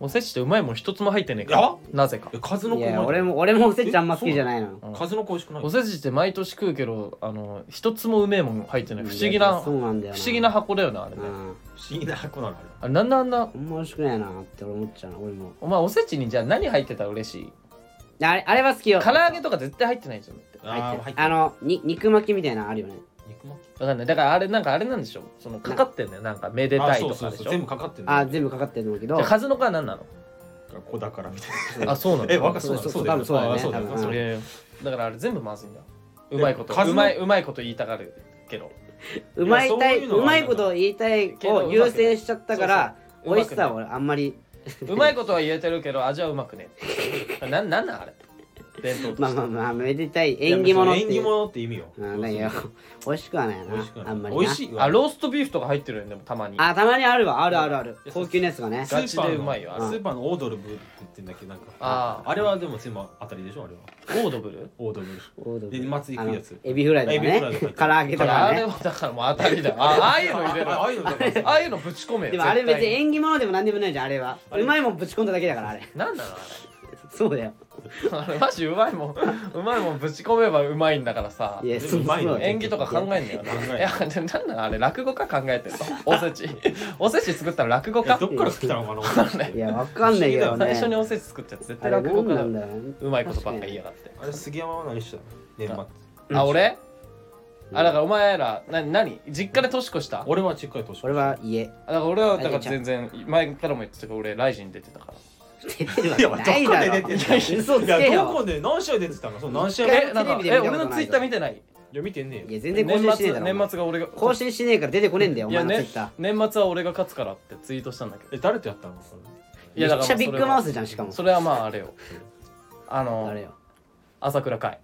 Speaker 1: おおせちってうまいもん一つも入ってねえか
Speaker 3: いや
Speaker 1: らなぜか
Speaker 3: え数の
Speaker 2: い
Speaker 3: 子うまい
Speaker 2: や俺も俺もおせちあんま好きじゃないの
Speaker 1: うん
Speaker 3: 数の子美味しくない
Speaker 1: おせちって毎年食うけどあの一つもうめえもん入ってない不思議
Speaker 2: いや
Speaker 1: な
Speaker 2: そ
Speaker 1: 不
Speaker 2: うなんだよ
Speaker 1: 思議な箱だよなあれ
Speaker 2: う
Speaker 1: ね
Speaker 2: ん
Speaker 3: 不思議な箱なのあれ
Speaker 1: あれなんであんな
Speaker 2: あんま美味しくないなって俺思っちゃうな俺も
Speaker 1: お前おせちにじゃあ何入ってたら嬉しい
Speaker 2: あれあれは好きよ
Speaker 1: 唐揚げとか絶対入ってないじゃんだって
Speaker 2: 入って
Speaker 3: 入っ
Speaker 2: る
Speaker 3: てる
Speaker 2: あのに肉巻きみたいなのあるよね
Speaker 3: 肉巻き
Speaker 1: わかんないだからあれなんかあれなんでしょそのかかってんだよなんかめでたいとか
Speaker 3: あそう
Speaker 1: で
Speaker 3: そ
Speaker 1: し
Speaker 3: うそう
Speaker 1: ょ
Speaker 3: 全部かかってる
Speaker 2: あ全部かかってるんだけど
Speaker 1: じゃあ数の子は何なの
Speaker 3: 子だからみたい
Speaker 1: あそうなの
Speaker 3: なえ若そうなの
Speaker 2: そう
Speaker 3: だよ
Speaker 2: そう多分そうだよね
Speaker 3: あそうだ
Speaker 2: 多分
Speaker 3: そう
Speaker 1: い
Speaker 3: だよ
Speaker 1: やいやだからあれ全部まずいんだようまいこと
Speaker 3: え数の
Speaker 1: うまいうまいこと言いたがるけど
Speaker 2: うまいたい
Speaker 3: いやそういううのは
Speaker 2: まいことを言いたいを優先しちゃったから
Speaker 1: けどう
Speaker 2: 美
Speaker 1: まくね
Speaker 2: 味しさを俺あんまり
Speaker 1: うまいことは言えてるけど味はうまくねえなんなんなんあれ伝統として
Speaker 2: まあまあまあめでたい
Speaker 3: いや
Speaker 2: 縁起物って
Speaker 3: 縁起
Speaker 2: いう
Speaker 3: 物って意味よ
Speaker 2: うんなんや美味しくはないよ
Speaker 3: 美味しく
Speaker 2: な
Speaker 3: な
Speaker 2: あ
Speaker 3: い
Speaker 2: んまり
Speaker 3: 美
Speaker 2: な
Speaker 3: 味しいわ
Speaker 1: あローストビーフとか入ってるよねでもたまに
Speaker 2: あたまにあるわあるあるある
Speaker 3: いや
Speaker 2: 高級なやつがね
Speaker 3: スーパ
Speaker 1: ガ
Speaker 3: ーの
Speaker 1: チでうまいよあれ
Speaker 3: スーパーのオードルブって言ってんだけどなんか
Speaker 1: あー
Speaker 3: あれはでも全部当たりでしょあれは
Speaker 1: オードブル
Speaker 3: オードル
Speaker 2: オードブ
Speaker 3: で松井行くやつ
Speaker 2: あのエビフライとか
Speaker 3: エビフライと
Speaker 2: ね唐
Speaker 3: か
Speaker 2: 揚げと
Speaker 1: あ
Speaker 2: か
Speaker 1: れ
Speaker 2: ね
Speaker 1: はだからもう当たりだよあああいうの入れろ
Speaker 3: あああいうのだから
Speaker 1: ああいうのぶち込めよ
Speaker 2: でもあれ別
Speaker 1: 絶
Speaker 2: に
Speaker 1: 対
Speaker 2: 縁起物でもなんでもないじゃんあれは
Speaker 3: あれ
Speaker 2: うまいもんぶち込んだだけだからあれ
Speaker 1: なんなのあ
Speaker 2: そうだよ
Speaker 1: れ あれマジうまいもんうまいもんぶち込めばうまいんだからさ
Speaker 2: いや
Speaker 3: でも
Speaker 2: そう
Speaker 3: うまい
Speaker 2: そ
Speaker 3: の
Speaker 2: う
Speaker 1: 演技とか考えんだよ
Speaker 3: 考え
Speaker 1: な
Speaker 3: る
Speaker 1: いやじゃあなんなのあれ落語家考えてるのおせちおせち作ったの落語家
Speaker 3: どっから来たのかな俺たち
Speaker 2: いやわかんないけどね
Speaker 1: 最初におせち作ったやつ絶
Speaker 2: あ
Speaker 1: 対
Speaker 2: れ
Speaker 1: 落語家
Speaker 2: 何な
Speaker 1: だよ
Speaker 2: んだろう
Speaker 1: うまいことばっか言いやがって
Speaker 3: あれ杉山は何してたの年
Speaker 2: うん
Speaker 1: あ俺
Speaker 2: うん
Speaker 1: あだからお前らな何実家で年越した
Speaker 3: 末俺はちっかい年
Speaker 2: 俺は家
Speaker 1: だから俺はだから全然前からも言ってたけど俺ライジン出てたから
Speaker 2: 出てるわ
Speaker 3: い
Speaker 2: け
Speaker 3: やどこ
Speaker 2: ないだろ
Speaker 3: で出てんの
Speaker 2: 嘘つ
Speaker 3: いや
Speaker 2: け
Speaker 3: ど
Speaker 2: よ
Speaker 3: こで何試合出てたのその何試合
Speaker 2: いや
Speaker 3: 目
Speaker 1: えなんか
Speaker 2: テレビで
Speaker 1: え
Speaker 2: 見たことない
Speaker 1: 俺のツイッター見てない
Speaker 3: いや見てねえよ
Speaker 2: いや全然更
Speaker 1: 年
Speaker 2: 新しね
Speaker 1: 末
Speaker 2: えだろお
Speaker 1: 年
Speaker 2: 前
Speaker 1: 末が俺が
Speaker 2: 更新しねえから出てこねえんだよお
Speaker 1: い
Speaker 2: 前
Speaker 1: や
Speaker 2: のツイ
Speaker 1: ね
Speaker 2: ッタ
Speaker 1: 年末は俺が勝つからってツイートしたんだけど
Speaker 3: え誰とやったのそれ
Speaker 1: い
Speaker 2: ーめっちゃビッグマウ
Speaker 1: ス
Speaker 2: スじゃんしかも
Speaker 1: それはまああれよあ
Speaker 2: あ
Speaker 1: の
Speaker 2: れよ
Speaker 1: 朝倉海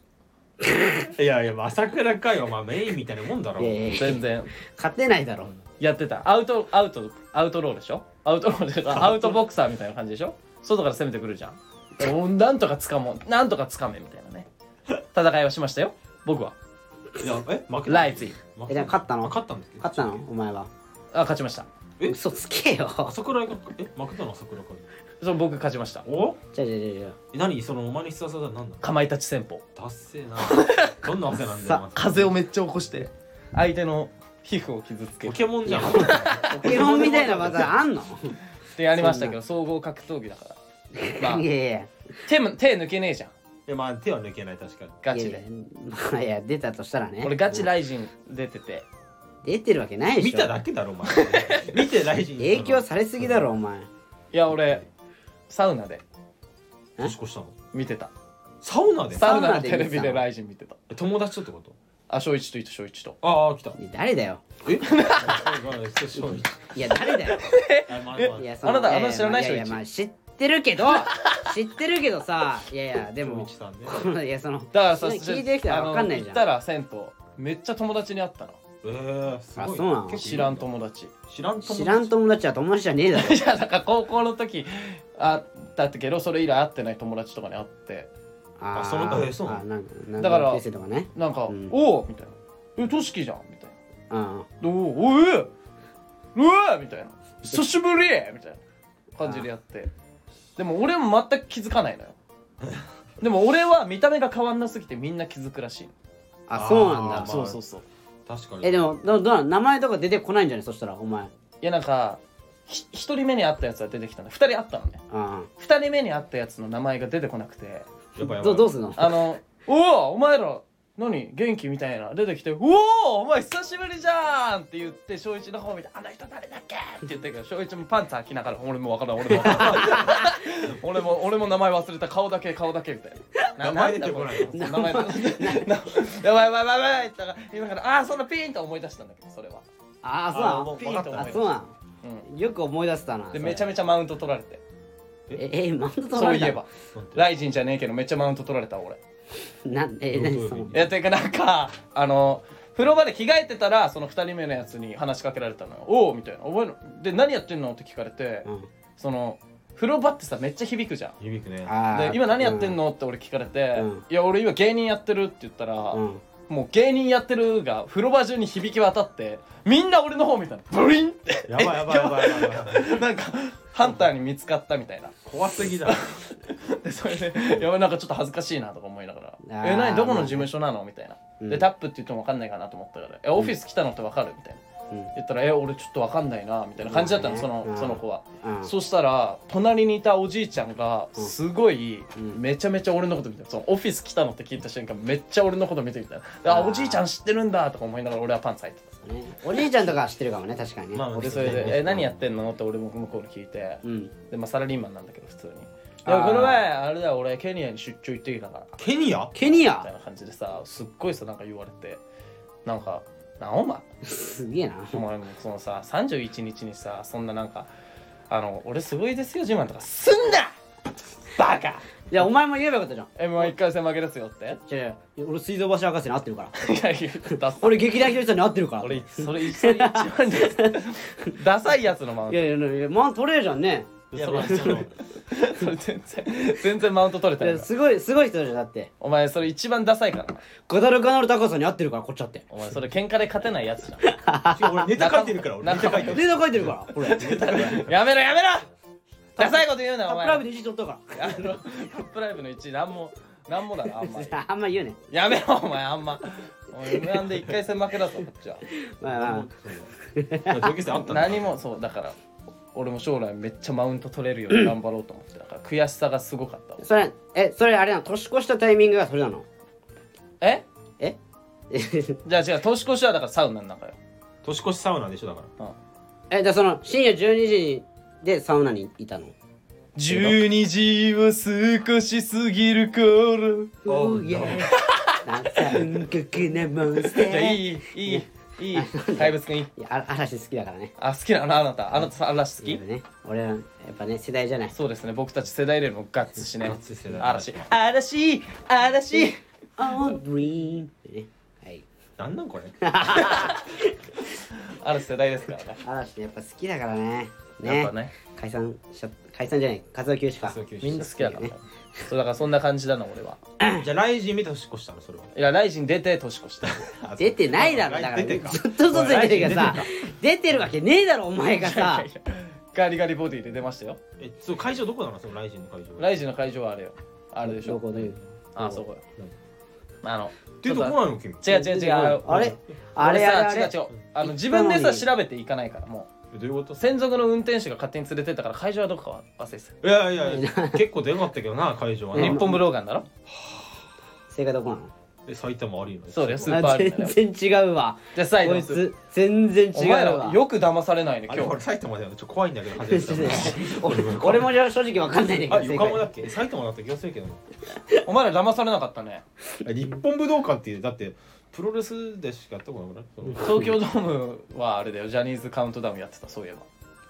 Speaker 3: いやいやまあ朝倉海はまあメインみたいなもんだろ
Speaker 2: いやいやいや
Speaker 1: 全然
Speaker 2: 勝てないだろ
Speaker 1: やってたアウトアウトアウトローでしょアウトローで アウトボクサーみたいな感じでしょ外から攻めてくるじゃんおなんとかつかもうなんとかつかめみたいなね戦いをしましたよ僕はい
Speaker 3: やえ負けた
Speaker 1: ライツイ
Speaker 3: 負
Speaker 2: え
Speaker 3: け
Speaker 2: じゃ
Speaker 3: た
Speaker 2: あ勝ったの
Speaker 3: あ勝ったんですけど
Speaker 2: 勝ったのお前は
Speaker 1: あ勝ちました
Speaker 3: え
Speaker 2: 嘘つけよ
Speaker 3: 朝倉海がえ負けたの朝倉海
Speaker 1: そう僕勝ちました
Speaker 3: お
Speaker 2: じゃじゃじゃじゃ
Speaker 3: え何そのお前の必殺技は何なの
Speaker 1: かまいたち戦法
Speaker 3: 達成などんな汗なんだよ
Speaker 2: さ
Speaker 1: 風をめっちゃ起こして相手の皮膚を傷つけ
Speaker 3: ポ
Speaker 1: る
Speaker 3: ケモンじゃ ん
Speaker 2: ポケモンみたいな技あんの
Speaker 1: ってやりましたけど総合格闘技だから、まあ
Speaker 2: い、やいや
Speaker 1: 手も手抜けねえじゃん
Speaker 3: えまあ手は抜けない確かに
Speaker 1: ガチ
Speaker 2: いや
Speaker 1: で
Speaker 2: いやまあいや出たとしたらね
Speaker 1: 俺ガチライジン出てて
Speaker 2: 出てるわけないでしょ
Speaker 3: 見ただけだろお 前見てないし
Speaker 2: 影響されすぎだろお前
Speaker 1: いや俺サウナで
Speaker 3: 年越したの
Speaker 1: 見てた
Speaker 3: サウナで
Speaker 1: サウナ
Speaker 2: サウナ
Speaker 1: の
Speaker 2: で
Speaker 1: テレ
Speaker 2: 見て
Speaker 1: ビ
Speaker 2: たの
Speaker 1: でライジン見てた
Speaker 3: え友達とってこと
Speaker 1: あ小一と伊藤小一と
Speaker 3: ああ 来た
Speaker 2: いや誰だよ
Speaker 3: えごめん失礼しました
Speaker 2: いや誰だよ
Speaker 3: あまあまあ
Speaker 2: いや
Speaker 1: あなたあ
Speaker 2: いや
Speaker 1: なた知らないでしょ
Speaker 2: やや
Speaker 1: 一
Speaker 2: まあ知ってるけど知ってるけどさいやいやで も
Speaker 3: 小一さんね
Speaker 2: このいやその
Speaker 1: だからさ
Speaker 2: 聞いてる人は分かんないじゃん
Speaker 1: あの行ったら銭湯めっちゃ友達に会ったの
Speaker 3: えー、すごい
Speaker 2: あそうなの
Speaker 3: 結構
Speaker 1: 知らん友達
Speaker 3: 知らん友
Speaker 2: 知らん
Speaker 3: と
Speaker 2: 友達は友達じゃね えだろ
Speaker 1: いやなんか高校の時あったけどそれ以来会ってない友達とかに会って
Speaker 2: あー
Speaker 3: そのえそう
Speaker 2: あなんかなん
Speaker 1: だから
Speaker 2: 同級生とかね
Speaker 1: なんか「
Speaker 2: うん
Speaker 1: おお!」みたいな「えとしきじゃん」みたい
Speaker 2: うん
Speaker 1: な「おおおえうわ!」みたいな「久しぶり!」みたいな感じでやってでも俺も全く気づかないのよ でも俺は見た目が変わんなすぎてみんな気づくらしいの
Speaker 2: あそうなん
Speaker 3: あ
Speaker 2: だ
Speaker 3: ー
Speaker 1: そうそうそう
Speaker 3: 確かに
Speaker 2: えでもどどうなん名前とか出てこないんじゃないそしたらお前
Speaker 1: いやなんかひ一人目に会ったやつは出てきたの二人会ったのね
Speaker 2: あ
Speaker 1: 2人目に会ったやつの名前が出てこなくて
Speaker 3: やばいやばい
Speaker 2: どどうすんの
Speaker 1: あの「おおお前ら何元気?」みたいな出てきて「おおお前久しぶりじゃん!」って言って翔一の方見て「あの人誰だっけ?」って言ってけど翔一もパンツ履きながら「俺もわからん俺もわからん俺も俺も名前忘れた顔だけ顔だけ」みたいな
Speaker 3: 名前出てこない
Speaker 1: な名前出てやばいやばいやばいやばいって言ったから今からああーそんなピンと思い出したんだけどそれは、
Speaker 2: ああそう
Speaker 3: あも
Speaker 2: な
Speaker 3: う
Speaker 1: ピンと思い出
Speaker 2: のあ
Speaker 1: した
Speaker 2: そうな
Speaker 1: うん
Speaker 2: のよく思い出せたな
Speaker 1: でめちゃ
Speaker 2: め
Speaker 1: めちゃマウント取られて
Speaker 2: ええマウント取
Speaker 1: そ
Speaker 2: ら
Speaker 1: う
Speaker 2: れ
Speaker 1: い
Speaker 2: た
Speaker 1: えば
Speaker 3: なんて
Speaker 1: ライジンじゃねえけどめっちゃマウント取られた俺
Speaker 2: なんえ
Speaker 3: どうい
Speaker 2: 何
Speaker 3: う意
Speaker 2: その
Speaker 3: 味
Speaker 1: いやていうかなんかあの風呂場で着替えてたらその2人目のやつに話しかけられたのよ「おお」みたいな「お前ので何やってんの?」って聞かれて、
Speaker 2: うん
Speaker 1: その風呂場ってさめっちゃ響くじゃん。
Speaker 3: 響くね
Speaker 2: あー
Speaker 1: で今何やってんのって俺聞かれて「
Speaker 2: うん
Speaker 1: いや俺今芸人やってる」って言ったら、
Speaker 2: うんうん
Speaker 1: もう芸人やってるが風呂場中に響き渡ってみんな俺の方見たのブリンって
Speaker 3: やばいやばいやばいやばいやばい
Speaker 1: なんかハンターに見つかったみたいな
Speaker 3: 怖すぎだろ
Speaker 1: でそれで「やばいなんかちょっと恥ずかしいな」とか思いなが
Speaker 2: あ
Speaker 1: ら「
Speaker 2: ー
Speaker 1: え何どこの事務所なの?」みたいな、
Speaker 2: うん
Speaker 1: でタップって言っても分かんないかなと思ったから「えオフィス来たのって分かる?」みたいな
Speaker 2: うん
Speaker 1: 言ったら「え俺ちょっと分かんないな」みたいな感じだったの、
Speaker 2: まあ
Speaker 1: そ
Speaker 2: ね
Speaker 1: のその子は、
Speaker 2: うん
Speaker 1: そしたら隣にいたおじいちゃんが
Speaker 2: うん
Speaker 1: すごい
Speaker 2: うん
Speaker 1: めちゃめちゃ俺のこと見てたそのオフィス来たのって聞いた瞬間めっちゃ俺のこと見てきたで
Speaker 2: あ
Speaker 1: あ
Speaker 2: ー
Speaker 1: おじいちゃん知ってるんだとか思いながら俺はパンツ履いてた
Speaker 2: ねおじいちゃんとかは知ってるかもね確かにね、
Speaker 3: まあまあ
Speaker 1: でそれで「え何やってんの?」って俺も向こうに聞いて
Speaker 2: うん
Speaker 1: で、まあ、サラリーマンなんだけど普通に
Speaker 2: あ
Speaker 1: で
Speaker 2: ー
Speaker 1: もこの前あれだよ俺ケニアに出張行ってきたから
Speaker 3: ケニア
Speaker 2: ケニ
Speaker 1: みたい
Speaker 2: ア
Speaker 1: な感じでさすっごいさなんか言われてなんか「なあお前
Speaker 2: すげえな
Speaker 1: お前もそのさ31日にさそんななんかあの俺すごいですよ自慢とかすんなバカ
Speaker 2: いやお前も言えばよかったじゃん
Speaker 1: m 1 1回戦負けですよって
Speaker 2: いやいや俺水道橋博士に合ってるから
Speaker 1: いや言うダサ
Speaker 2: 俺劇団ひとりさんに合ってるから
Speaker 1: 俺それ一番ダサいやつのマウン
Speaker 2: い
Speaker 1: ト
Speaker 2: やいやいやいやマウント取れるじゃんね
Speaker 3: いやまあその
Speaker 1: それ全然全然マウント取れ
Speaker 2: い
Speaker 1: てない
Speaker 2: や
Speaker 1: から
Speaker 2: すごいすごい人じゃんだって
Speaker 1: お前それ一番ダサいからな
Speaker 2: ガダルガナル高さんに合ってるからこっちだって
Speaker 1: お前それ喧嘩で勝てないやつ じゃん
Speaker 3: 違う俺ネタ書いてるから俺ネタ書いて
Speaker 2: デ
Speaker 3: る
Speaker 2: ータ書いてるから俺
Speaker 1: やめろやめろダサいこと言う
Speaker 2: タ
Speaker 1: なお
Speaker 2: ップ
Speaker 1: 前
Speaker 2: ライブで1位取ったか
Speaker 1: あのトップライブの1位なんもなんもだなあんまり
Speaker 2: らあんま言うね
Speaker 1: やめろお前あんまお前 M1 で1回戦負けだぞこっちは
Speaker 2: まあまあまあ
Speaker 3: そう同級生あったんだ
Speaker 1: 何もそうだから俺も将来めっちゃマウント取れるように頑張ろうと思ってだから悔しさがすごかった
Speaker 2: それえそれあれなの年越したタイミングがそれなの
Speaker 1: え
Speaker 2: え
Speaker 1: じゃあ違う年越しはだからサウナの中よ、
Speaker 3: 年越しサウナでしょだから
Speaker 1: うん、
Speaker 2: えじゃあその深夜12時でサウナにいたの
Speaker 1: 12時を少し過ぎる頃
Speaker 2: おうや三角なモンスタ
Speaker 1: じゃあ
Speaker 2: ーい
Speaker 1: いいいいいい怪物くんいい
Speaker 2: やあ嵐好きだからね
Speaker 1: あ好きなのあなたあなた嵐好
Speaker 2: やっ
Speaker 1: き
Speaker 2: ぱね俺らやっぱね世代じゃない
Speaker 1: そうですね僕たち世代でもガッツしね
Speaker 3: ガッツ世代
Speaker 1: 嵐嵐嵐
Speaker 2: オードリームねはい
Speaker 3: なんなんこれ
Speaker 1: 嵐世代ですからね
Speaker 2: 嵐ねやっぱ好きだからね
Speaker 1: やっぱね
Speaker 2: 解散しちゃ解散じゃない活動休止か
Speaker 3: 活動休止
Speaker 1: みんな好きだからねそうだからそんな感じだな俺は
Speaker 3: じゃあライジン見て年越したのそ れはい
Speaker 1: やライジン出て年越した
Speaker 2: 出てないだろだ
Speaker 3: ラ
Speaker 2: から
Speaker 3: イジン出てか
Speaker 2: ずっと嘘ついてるけどさ
Speaker 3: おいライ
Speaker 2: 出てるわけねえだろお前がさ
Speaker 1: いやいや ガリガリボディで出ましたよ
Speaker 3: えそう会場どこなのそのライジンの会場
Speaker 1: ライジンの会場はあれよあれでし
Speaker 2: ど
Speaker 1: ょ
Speaker 2: こどういう
Speaker 1: あそこよあの
Speaker 3: 出てこないの
Speaker 1: 違
Speaker 3: 君
Speaker 1: う違う違う
Speaker 2: あれあ
Speaker 1: 俺
Speaker 2: れ
Speaker 1: さ
Speaker 2: あれあ
Speaker 1: 違う違
Speaker 2: れ
Speaker 1: うあの自分でさ
Speaker 2: 行ったのに
Speaker 1: 調べていかないからも
Speaker 3: えどういうこと
Speaker 1: う専属の運転手が勝手に連れてったから会場はどこかは忘れてた
Speaker 3: いやいやいや結構出なかったけどな会場は
Speaker 2: ね
Speaker 1: 日
Speaker 3: な
Speaker 1: 本武道館だろ
Speaker 2: 正解どこなの
Speaker 3: え埼玉アリーナ
Speaker 1: そうですスーパー
Speaker 2: あ
Speaker 1: アリーナだよ
Speaker 2: 全然違うわ
Speaker 1: じゃあ最
Speaker 2: こ
Speaker 1: 後
Speaker 2: い
Speaker 1: にする
Speaker 2: つ全然違
Speaker 1: お
Speaker 2: う
Speaker 1: 前
Speaker 2: わ
Speaker 1: らよく騙されないね
Speaker 3: あれ
Speaker 1: 今
Speaker 3: 俺
Speaker 1: 日
Speaker 3: 埼玉だよちょっと怖いんだ けど初めてだから
Speaker 2: 俺俺も正直わかんないんだ
Speaker 3: あ
Speaker 2: けど
Speaker 3: 横浜だっけえ埼玉だった気がするけど
Speaker 1: お前ら騙されなかったね
Speaker 3: え日本武道館っていうだってプロレスでしかやったことないその
Speaker 1: 東京ドームはあれだよジャニーズカウントダウンやってたそういえ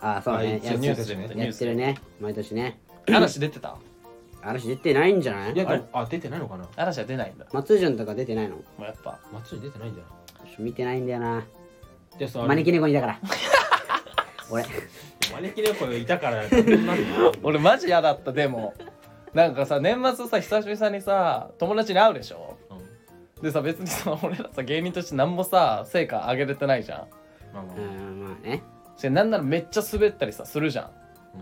Speaker 2: あそうね
Speaker 3: あ
Speaker 2: や
Speaker 3: 一応
Speaker 2: っ
Speaker 3: ニュース
Speaker 1: でね
Speaker 2: やってるね毎年ね
Speaker 1: ば嵐出てた
Speaker 2: 嵐出てないんじゃない
Speaker 3: いや
Speaker 2: あ
Speaker 3: で
Speaker 2: れ
Speaker 3: もあ出てないのかな
Speaker 1: 嵐は出ないんだ
Speaker 2: 松潤とか出てないの
Speaker 1: もうやっぱ
Speaker 3: 街に出てないんじゃない
Speaker 2: 見てないんだよな
Speaker 3: でその
Speaker 2: 招き猫にだから 俺
Speaker 3: 招き猫いたからなんでなんだ
Speaker 1: 俺マジ嫌だったでもなんかさ年末さ久々にさ友達に会うでしょ
Speaker 3: うん
Speaker 1: でさ別にさ俺らさ芸人として何もさ成果上げれてないじゃん
Speaker 3: まあまあ
Speaker 2: うんまあね
Speaker 1: しなんならめっちゃ滑ったりさするじゃん、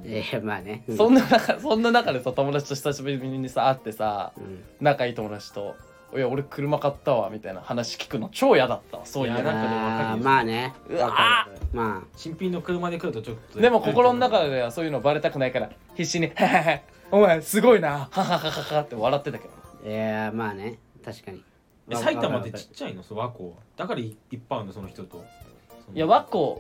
Speaker 2: えー、まあねうん
Speaker 1: そんな中そんな中でさ友達と久しぶりにさ会ってさ
Speaker 2: うん
Speaker 1: 仲いい友達と「いや俺車買ったわ」みたいな話聞くの超嫌だったわそうい
Speaker 3: いや
Speaker 1: う
Speaker 3: なんかでもわかる
Speaker 2: あ
Speaker 3: よ
Speaker 2: ーまあね
Speaker 1: うわー
Speaker 2: わかるま
Speaker 3: 新品の車で来るとちょっと
Speaker 1: でも心の中ではそういうのバレたくないから必死に「へへへお前すごいなははははは」って笑ってたけど
Speaker 2: あいやーまあね確かに
Speaker 3: え埼玉ってちっちゃいのその和光はだからいいっぱいあるのその人とその
Speaker 1: いや和光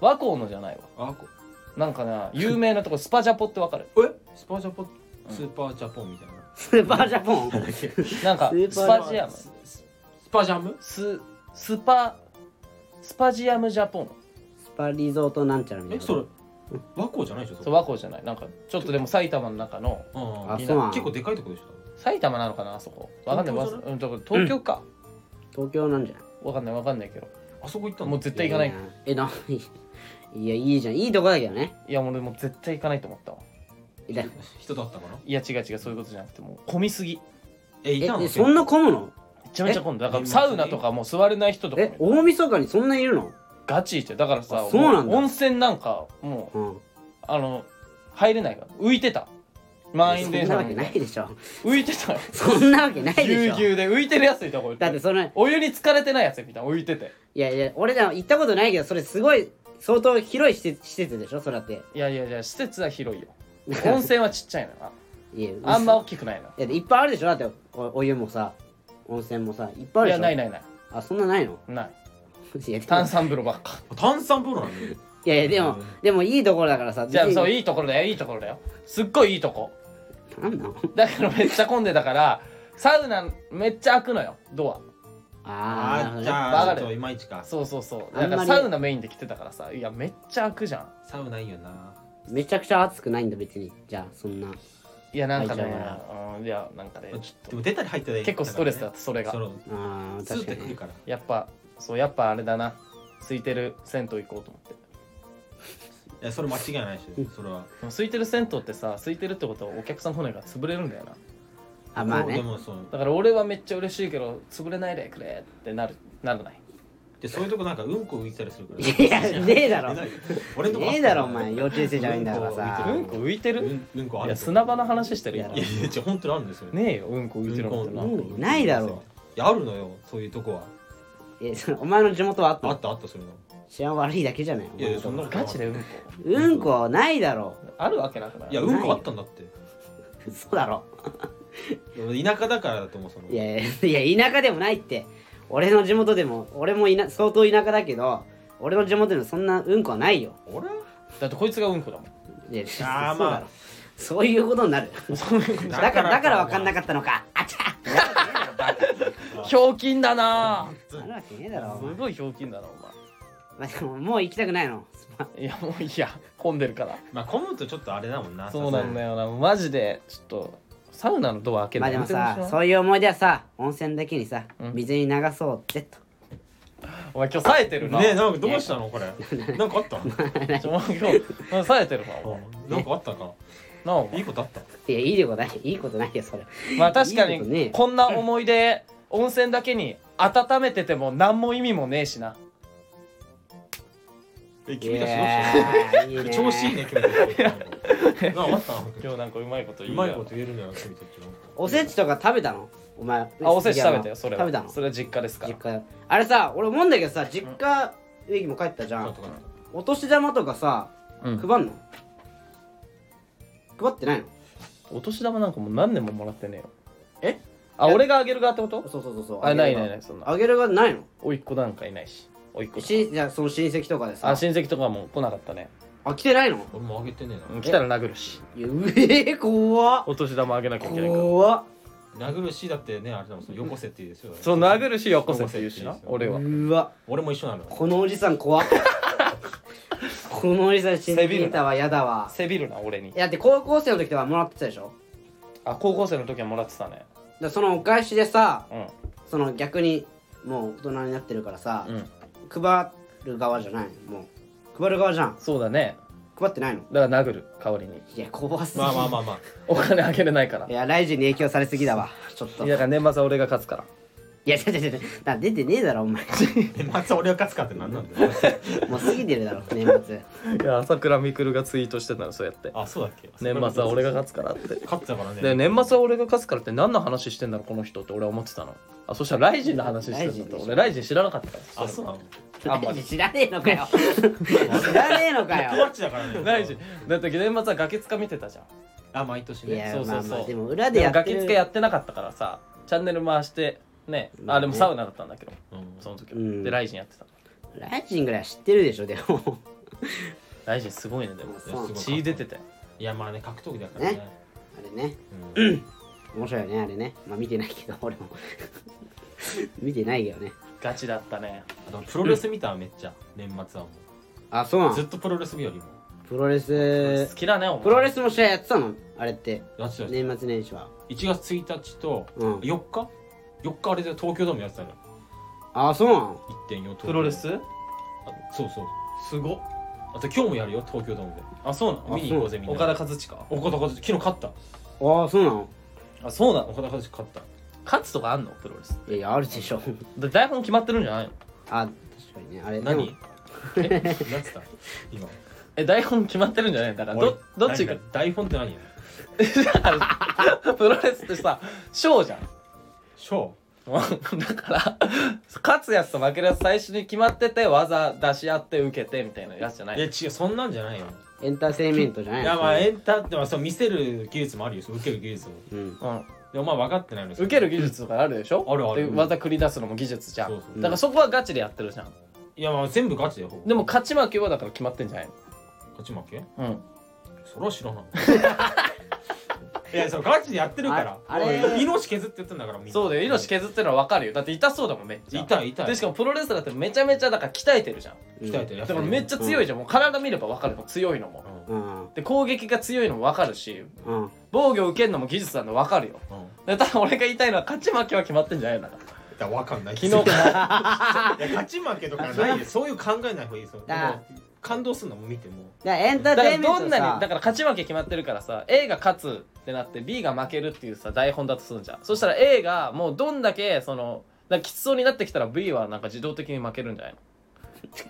Speaker 1: 和光のじゃないわ
Speaker 3: 和光
Speaker 1: なんかな有名なとこスパジャポってわかる
Speaker 3: えスパージャポスーパージャポンみたいな
Speaker 2: スーパージャ ポン
Speaker 1: なんか
Speaker 2: スーパー
Speaker 1: スパジアム
Speaker 3: スススパジャム
Speaker 1: ススパスパジアムジャポン
Speaker 2: スパリゾートなんちゃらみたい
Speaker 3: え
Speaker 2: な
Speaker 3: それ和光じゃないでし
Speaker 1: そ
Speaker 3: ょ
Speaker 1: う
Speaker 3: れ
Speaker 1: 和光じゃないなんかちょっとでも埼玉の中の
Speaker 3: うん
Speaker 2: あそうなの
Speaker 3: 結構でかいとこでしょ
Speaker 1: 埼玉なのかなあそこわかんないわ
Speaker 3: 東京じゃ
Speaker 1: うんだから東京か、
Speaker 2: 東京なんじゃない
Speaker 1: わかんないわかんないけど
Speaker 3: あそこ行ったの
Speaker 1: もう絶対行かない
Speaker 2: やえないやいいじゃんいいとこだけどね
Speaker 1: いや俺もう絶対行かないと思ったわ
Speaker 2: いや
Speaker 3: 人だったかない
Speaker 1: や違う違うそういうことじゃなくてもう混みすぎ
Speaker 3: えいたの
Speaker 2: えそんな混むの
Speaker 1: めちゃめちゃ混んでだからサウナとかもう座れない人とかもい
Speaker 2: え
Speaker 1: る
Speaker 2: 大晦日にそんないるの
Speaker 1: ガチいてだからさ
Speaker 2: あそうなん
Speaker 1: も
Speaker 2: だ
Speaker 1: う温泉なんかもう
Speaker 2: うん
Speaker 1: あの入れないから浮いてた満員
Speaker 2: そ
Speaker 1: 電
Speaker 2: ん
Speaker 1: 車
Speaker 2: なわ
Speaker 1: な
Speaker 2: け
Speaker 1: の
Speaker 2: ない
Speaker 1: に
Speaker 2: でしょ
Speaker 1: 浮いてたよ
Speaker 2: そんなわ けないで
Speaker 1: ぎゅ
Speaker 2: し
Speaker 1: う
Speaker 2: ょ
Speaker 1: ぎゅうで浮いてるやついたこ
Speaker 2: だってその
Speaker 1: お湯に浸かれてないやつみたいな浮いてて
Speaker 2: いやいや俺ら行ったことないけどそれすごい相当広い施設施設でしょそれだって
Speaker 1: いやいやいや施設は広い よ温泉はちっちゃいのよ
Speaker 2: いや
Speaker 1: なあんま大きくないの
Speaker 2: いやいっぱいあるでしょだっておお湯もさ温泉もさいっぱいあ
Speaker 1: いや
Speaker 2: るでしょ
Speaker 1: ないないない
Speaker 2: あそんなないの
Speaker 1: ない
Speaker 2: いやでも
Speaker 1: 炭酸風呂ばっか
Speaker 3: 炭酸風呂なんだよ
Speaker 2: いやいやでもでもいいところだからさ
Speaker 1: じゃあそう
Speaker 2: い
Speaker 1: いいところだよいいところだよすっごいいいとこ
Speaker 2: なんなの
Speaker 1: だからめっちゃ混んでたからサウナめっちゃ開くのよドア
Speaker 2: あーなる
Speaker 3: あ
Speaker 2: ほど
Speaker 3: ーじ
Speaker 2: ね
Speaker 1: わ
Speaker 3: ゃ
Speaker 1: か
Speaker 3: あ
Speaker 1: る
Speaker 3: ちょっといまいちか
Speaker 1: そうそうそう
Speaker 2: あ
Speaker 1: だ
Speaker 2: ん
Speaker 1: か
Speaker 2: まり
Speaker 1: らサウナメインで来てたからさいやめっちゃ開くじゃん
Speaker 3: サウナいいよな
Speaker 2: めちゃくちゃ暑くないんだ別にじゃあそんない
Speaker 1: やなんかね
Speaker 2: 入っちゃ
Speaker 1: うんいやなんかねち
Speaker 3: で
Speaker 1: ょっ
Speaker 3: も出たり入ったり
Speaker 1: と結構ストレスだったそれが
Speaker 3: その
Speaker 2: あー
Speaker 3: スー
Speaker 2: 確
Speaker 3: っ
Speaker 2: か
Speaker 3: てく
Speaker 2: に
Speaker 3: る
Speaker 2: ね
Speaker 3: から
Speaker 1: やっぱそうやっぱあれだな空いてる銭湯行こうと思って
Speaker 3: いやそれ間違いないでしょそれは
Speaker 1: でも空いてる銭湯ってさ空いてるってことはお客さん来ないから潰れるんだよな
Speaker 2: あまあ
Speaker 3: で
Speaker 2: ね
Speaker 3: もそう
Speaker 1: だから俺はめっちゃ嬉しいけど潰れないでくれってなるならない
Speaker 3: でそういうとこなんかうんこ浮いてたりするから
Speaker 2: いやねえだろ
Speaker 3: 出ないよ俺んとこあった
Speaker 2: ねえだろお前幼稚園生じゃないんだからさ
Speaker 1: うんこ浮いて
Speaker 3: う
Speaker 1: る
Speaker 3: んうんこあ
Speaker 1: い
Speaker 3: る
Speaker 1: や砂場の話してるやん
Speaker 2: い
Speaker 3: いやいやちょ本当にあるんですよ
Speaker 1: ねえようんこ浮いてるなんてな
Speaker 2: うんこないだろ
Speaker 3: いやあるのよそういうとこは
Speaker 2: えそのお前の地元はあった
Speaker 3: あっ
Speaker 2: の
Speaker 3: たあったそういうの
Speaker 2: 治安悪いだけじゃないお
Speaker 3: いやい
Speaker 2: 前の
Speaker 3: やそ
Speaker 2: と
Speaker 3: ん
Speaker 2: こ
Speaker 3: なことな
Speaker 1: ガ
Speaker 3: い
Speaker 1: チでうんこ
Speaker 2: うんこはないだろ
Speaker 1: あるわけなくない
Speaker 3: いやうんこあったんだって
Speaker 2: うそうだろ
Speaker 3: 田舎だからだと思うその
Speaker 2: いやいやいや田舎でもないって俺の地元でも俺もいな相当田舎だけど俺の地元でもそんなうんこはないよ
Speaker 3: 俺
Speaker 1: だってこいつがうんこだもん
Speaker 2: いや
Speaker 3: あ ー
Speaker 2: そうだ
Speaker 3: ま
Speaker 2: ろ
Speaker 3: あ
Speaker 2: そういうことになるだからだから分かんなかったのかあちゃ
Speaker 1: ひょうきんだな
Speaker 2: あるわけねえだろお
Speaker 1: す
Speaker 2: 前
Speaker 1: ごいひょうきんだなお
Speaker 2: まあでももう行きたくないのスパ
Speaker 1: 前いやもういいや混んでるから
Speaker 3: まあ混むとちょっとあれだもんな
Speaker 1: そうなんだよなマジでちょっとサウナのドア開ける
Speaker 2: ま
Speaker 1: の
Speaker 2: あでも
Speaker 1: やめてほ
Speaker 2: さ
Speaker 1: しいな
Speaker 2: そういう思い出はさ温泉だけにさ
Speaker 1: うん
Speaker 2: 水に流そうってと、
Speaker 1: お前今日冴えてるな
Speaker 3: ねえなんかどうしたのこれなんかあった
Speaker 1: ちょお前今日お前冴えてるなお前
Speaker 3: なんかあったか
Speaker 1: なあお前
Speaker 3: いいことあった
Speaker 2: いやいいことないいいことないよそれ
Speaker 1: まあ確か
Speaker 2: いいことね
Speaker 1: にこんな思い出温泉だけに温めてても何も意味もねえしな
Speaker 3: え
Speaker 2: い
Speaker 3: 君たちど
Speaker 2: やーいうね
Speaker 3: した 調子いいね君たちなんかあった
Speaker 1: 今日なんかうまいこと
Speaker 3: う
Speaker 1: 言う
Speaker 3: ま
Speaker 1: ない
Speaker 3: こと言えるのよ君たちなんか
Speaker 2: おせちとか食べたのお前
Speaker 1: あおせち食べたよそれは
Speaker 2: 食べたの
Speaker 1: それは実家ですから
Speaker 2: 実家あれさ俺思うんだけどさ実家植木も帰ったじゃ
Speaker 3: なん
Speaker 2: ん
Speaker 3: とかな
Speaker 2: お年玉とかさ
Speaker 1: うん
Speaker 2: 配んの配ってないの
Speaker 1: お年玉なんかもう何年ももらってねえよ
Speaker 2: え
Speaker 1: あ
Speaker 2: いや
Speaker 1: 俺があげる側ってこと
Speaker 2: そうそうそうそう
Speaker 1: あないない
Speaker 2: い
Speaker 1: ないそんな
Speaker 2: あげるがないの
Speaker 1: おいっ子なんかいないしおいっ子とか
Speaker 2: しじゃあその親戚とかでさ
Speaker 1: あ親戚とかも来なかったね
Speaker 2: あ来てないの
Speaker 3: 俺もあげてね
Speaker 1: うん来たら殴るし
Speaker 2: いやうえ怖っ
Speaker 1: お年玉あげなきゃいけないから
Speaker 2: 怖っ
Speaker 3: えな殴るしだってねあれだもんそのよこせっていうですよ
Speaker 1: そう殴るしよこせって言うしな
Speaker 3: よこせって
Speaker 1: 俺
Speaker 3: 言うし
Speaker 1: は
Speaker 2: うわ
Speaker 3: 俺も一緒なのよ
Speaker 2: このおじさん怖っこのおじさん親戚いたわやだわ
Speaker 1: せびるな俺に
Speaker 2: いやだって高校生の時とかもらってたでしょ
Speaker 1: あ高校生の時はもらってたね
Speaker 2: だからそのお返しでさ
Speaker 1: うん
Speaker 2: その逆にもう大人になってるからさ、
Speaker 1: うん
Speaker 2: 配る側じゃないもう配る側じゃん
Speaker 1: そうだね
Speaker 2: 配ってないの
Speaker 1: だから殴る代わりに
Speaker 2: いや怖すぎ
Speaker 3: まあまあまあまあ
Speaker 1: お金あげれないから
Speaker 2: いやライジンに影響されすぎだわちょっとい
Speaker 1: だ
Speaker 2: や
Speaker 1: から年末は俺が勝つから
Speaker 2: いや違う違う違うだから出てねえだろお前
Speaker 3: 年末俺が勝つかってなんなんだよ
Speaker 2: もう過ぎてるだろ年末
Speaker 1: いや朝倉未来がツイートしてたのそうやって
Speaker 3: あそうだっけ
Speaker 1: 年末は俺が勝つからって
Speaker 3: 勝ってたからね
Speaker 1: で年末は俺が勝つからって何の話してんだろうこの人って俺は思ってたのあそしたらライジンの話してんだと俺ライジン知らなかったから
Speaker 3: あそうなの
Speaker 1: あんまり
Speaker 2: 知らねえのかよ知らねえのか
Speaker 3: 友
Speaker 2: よ
Speaker 3: 達だからね
Speaker 1: ライジンだって年末はガキつか見てたじゃん
Speaker 3: あ毎年
Speaker 2: いや
Speaker 3: ね
Speaker 1: そうそうそう
Speaker 2: まあまあでも裏で
Speaker 1: で
Speaker 2: や
Speaker 1: もガ
Speaker 2: って
Speaker 1: キ
Speaker 2: る
Speaker 1: つかやってなかったからさチャンネル回してねあでもサウナだったんだけど
Speaker 3: うん
Speaker 1: その時
Speaker 2: う
Speaker 1: は
Speaker 2: ん
Speaker 1: でライジンやってた
Speaker 2: ライジンぐらいは知ってるでしょでも
Speaker 1: ライジンすごいねでも
Speaker 3: いやすごい
Speaker 1: 血出てたよ
Speaker 3: いやまあね格闘技だからね
Speaker 2: あれね
Speaker 3: うん
Speaker 2: 面白いよねあれねまあ見てないけど俺も見てないけどね
Speaker 1: ガチだったね
Speaker 3: あのプロレス見ためっちゃ年末はも
Speaker 2: あそうな
Speaker 3: うずっ
Speaker 2: の
Speaker 3: とプロレス見よりも
Speaker 2: プロレス
Speaker 1: 好きだねお前
Speaker 2: プロレスの試合やってたのあれって
Speaker 3: やってたよ
Speaker 2: 年末年始は
Speaker 3: 1月1日と
Speaker 2: うん
Speaker 3: 4日4日あれで東京ドームやってたのよ
Speaker 2: あそうなの
Speaker 3: 1.4東京
Speaker 1: プロレス
Speaker 3: あそうそう
Speaker 1: すごっ
Speaker 3: あと今日もやるよ東京ドームで
Speaker 1: あそうなの
Speaker 3: 見に行こうぜみんな
Speaker 1: 岡田和親
Speaker 3: 岡田和志昨日勝った
Speaker 2: ああそうなの
Speaker 1: あそうなの
Speaker 3: 岡田和志勝った
Speaker 1: 勝つとかあんのプロレス
Speaker 2: いやいやあるでしょ
Speaker 1: で台本決まってるんじゃないの
Speaker 2: あ確かにねあれでも
Speaker 3: 何え何つった今
Speaker 1: え台本決まってるんじゃないだからどどっちが
Speaker 3: 何台本って何や
Speaker 1: だからプロレスってさ賞じゃん
Speaker 3: ショ
Speaker 1: うんだから勝つやつと負けるやつ最初に決まってて技出し合って受けてみたいなやつじゃな
Speaker 3: ーいや
Speaker 1: い
Speaker 3: 違うそんなんじゃないよ
Speaker 2: エンターテインメントじゃないい
Speaker 3: やまあエンターってまあそう見せる技術もあるよそう受ける技術も
Speaker 2: うん
Speaker 1: うん、
Speaker 3: でお前分かってないの
Speaker 1: 受ける技術とかあるでしょ
Speaker 3: あるある
Speaker 1: で技繰り出すのも技術じゃん
Speaker 3: そうそう
Speaker 1: だからそこはガチでやってるじゃん
Speaker 3: いやまあ全部ガチだよほぼ
Speaker 1: でも勝ち負けはだから決まってんじゃない
Speaker 3: 勝ち負け
Speaker 1: のうん
Speaker 3: それは 知らないいやそうガチでやってるから
Speaker 2: ああれ
Speaker 3: 命削って言ってんだからみんな
Speaker 1: そうだよ命削ってるのは分かるよだって痛そうだもんめっちゃ
Speaker 3: 痛い痛い
Speaker 1: でしかもプロレスラーってめちゃめちゃだから鍛えてるじゃん
Speaker 3: 鍛えてるや
Speaker 1: だ
Speaker 3: つ
Speaker 1: からめっちゃ強いじゃんもう体見れば分かるもん強いのも
Speaker 3: う
Speaker 2: うん
Speaker 1: で攻撃が強いのも分かるし
Speaker 2: うんうん
Speaker 1: 防御受けるのも技術なの分かるよ
Speaker 3: んうん
Speaker 1: で多分俺が言いたいのは勝ち負けは決まってんじゃないのだから
Speaker 3: いやわかんない
Speaker 1: 昨日
Speaker 3: い
Speaker 1: から
Speaker 3: や勝ち負けとかないよそういう考えない方がいいですよで
Speaker 2: あ
Speaker 3: も感動するのも見ても
Speaker 2: だからエンタ
Speaker 1: だ
Speaker 2: ー
Speaker 1: か
Speaker 2: テイ
Speaker 1: ら
Speaker 2: ンメント
Speaker 1: どんなにだ
Speaker 2: さ
Speaker 1: から勝ち負け決まってるからさ A が勝つってなって B が負けるっていうさ台本だとするんじゃんそしたら A がもうどんだけそのだからきつそうになってきたら B はなんか自動的に負けるんじゃない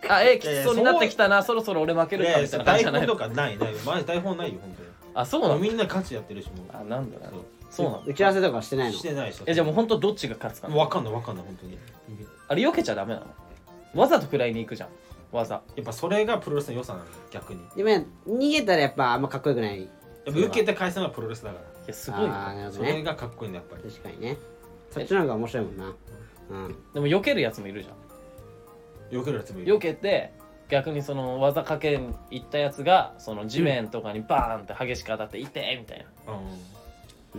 Speaker 1: のあ A きつそうになってきたなそろそろ俺負け
Speaker 3: い
Speaker 1: る
Speaker 3: や
Speaker 1: か
Speaker 3: い
Speaker 1: みたいな
Speaker 3: や
Speaker 1: 感じ
Speaker 3: 台
Speaker 1: じゃな
Speaker 3: 本
Speaker 1: い
Speaker 3: と
Speaker 1: の
Speaker 3: かないないマジ台本ないよ本当に
Speaker 1: あそうな
Speaker 3: もう
Speaker 1: の
Speaker 3: みんなガチやってるしもう
Speaker 1: あなんだな
Speaker 3: そう
Speaker 1: そうなの
Speaker 2: 打ち合わせとかしてないの
Speaker 3: してないし
Speaker 1: えじゃあもう本当どっちが勝つかな
Speaker 3: わかんないわかんない本当に
Speaker 1: あれ避けちゃダメなのわざと食らいに行くじゃんわざ
Speaker 3: やっぱそれがプロレスの良さなの逆に
Speaker 2: でも逃げたらやっぱあんまかっこよくない
Speaker 3: やっぱ受けて返すのがプロレスだか
Speaker 1: いやすごい
Speaker 2: ああ
Speaker 1: な
Speaker 2: ーなる
Speaker 3: ら
Speaker 2: ほ
Speaker 3: そ
Speaker 2: ど
Speaker 3: れ
Speaker 2: ね
Speaker 3: がかっこいいんだやっぱり
Speaker 2: 確かにねそっちの方が面白いもんなうん
Speaker 1: でも避けるやつもいるじゃん
Speaker 3: 避けるやつもいる
Speaker 1: 避けて逆にその技かけに行ったやつがその地面とかにバーンって激しく当たって「痛え!」みたいな、
Speaker 3: うん
Speaker 2: うん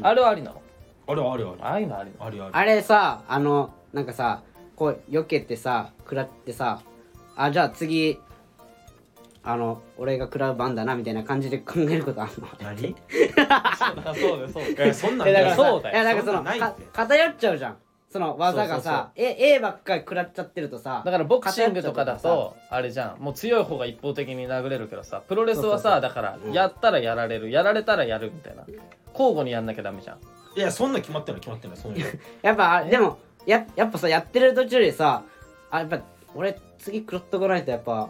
Speaker 1: あれはありなの
Speaker 3: あるあるある
Speaker 1: ああいうのありなの
Speaker 3: あるある
Speaker 2: あれさあのなんかさこう避けてさ食らってさあじゃあ次あの俺が食らう番だなみたいな感じで考えることあんの
Speaker 3: 何
Speaker 1: そうだそう
Speaker 3: いやそんなん
Speaker 1: えだから
Speaker 3: ない
Speaker 1: そうだよ
Speaker 2: いやだからその
Speaker 3: そんなんない
Speaker 2: か
Speaker 3: って
Speaker 2: 偏っちゃうじゃんその技がさえ A ばっかり食らっちゃってるとさ
Speaker 1: だからボクシングとかだ
Speaker 2: 偏っ
Speaker 1: とあれじゃんもう強い方が一方的に殴れるけどさプロレスは
Speaker 2: そうそうそ
Speaker 1: さ
Speaker 2: う
Speaker 1: だから
Speaker 2: うん
Speaker 1: やったらやられるやられたらやるみたいな交互にやんなきゃダメじゃん
Speaker 3: いやそんなん決まってない決まってないそういうの
Speaker 2: やっぱあでもややっぱさやってる途中でさあやっぱ俺次食らっとかないとやっぱ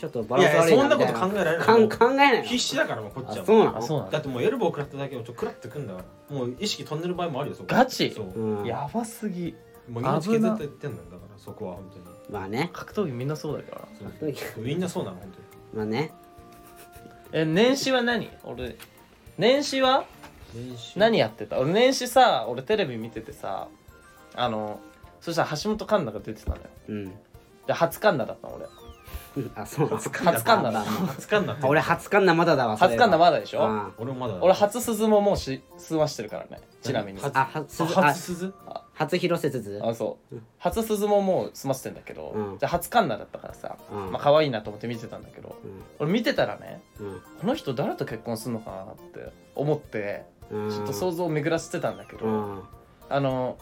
Speaker 2: ちょっとバランス悪いなみたいない
Speaker 3: やいやそんなこと考えられない
Speaker 2: かん考えないの
Speaker 3: 必死だからもうこっ
Speaker 2: あ
Speaker 3: ちは
Speaker 2: そうなの
Speaker 1: あそうなん
Speaker 3: だ
Speaker 1: だ
Speaker 3: ってもうエルボー食らっただけでちょっと食らってくんだからもう意識飛んでる場合もあるよそこ
Speaker 1: ガチ
Speaker 3: そう
Speaker 2: うん、
Speaker 1: やばすぎ
Speaker 3: もう命削ってってんだよだからそこは本当に
Speaker 2: まあね
Speaker 1: 格闘技みんなそうだから
Speaker 3: そうそうみんなそうなの本当に
Speaker 2: まあね
Speaker 1: え年始は何俺年始は
Speaker 3: 練習
Speaker 1: 何やってた俺年始さ俺テレビ見ててさあのそしたら橋本環奈が出てたのよ
Speaker 2: うん
Speaker 1: で初環奈だったの俺
Speaker 2: あそうなの
Speaker 1: 初環奈だ
Speaker 3: つかんなって
Speaker 2: あ俺初カンナまだだわそれ
Speaker 1: 初環奈まだでしょ
Speaker 2: あ
Speaker 3: 俺もまだ
Speaker 1: 俺初鈴ももうし済ましてるからねちなみに
Speaker 3: 何
Speaker 2: あ初
Speaker 3: あ
Speaker 2: 鈴あ
Speaker 3: 初鈴
Speaker 2: 初広瀬鈴
Speaker 1: あそう初鈴ももう済ませてんだけど、
Speaker 2: うん
Speaker 1: じゃあ初環奈だったからさ、
Speaker 2: うん
Speaker 1: まあ可愛いなと思って見てたんだけど俺見てたらね
Speaker 2: うん
Speaker 1: この人誰と結婚するのかなって思って
Speaker 2: うん
Speaker 1: ちょっと想像を巡らせてたんだけど、
Speaker 2: うん
Speaker 1: あの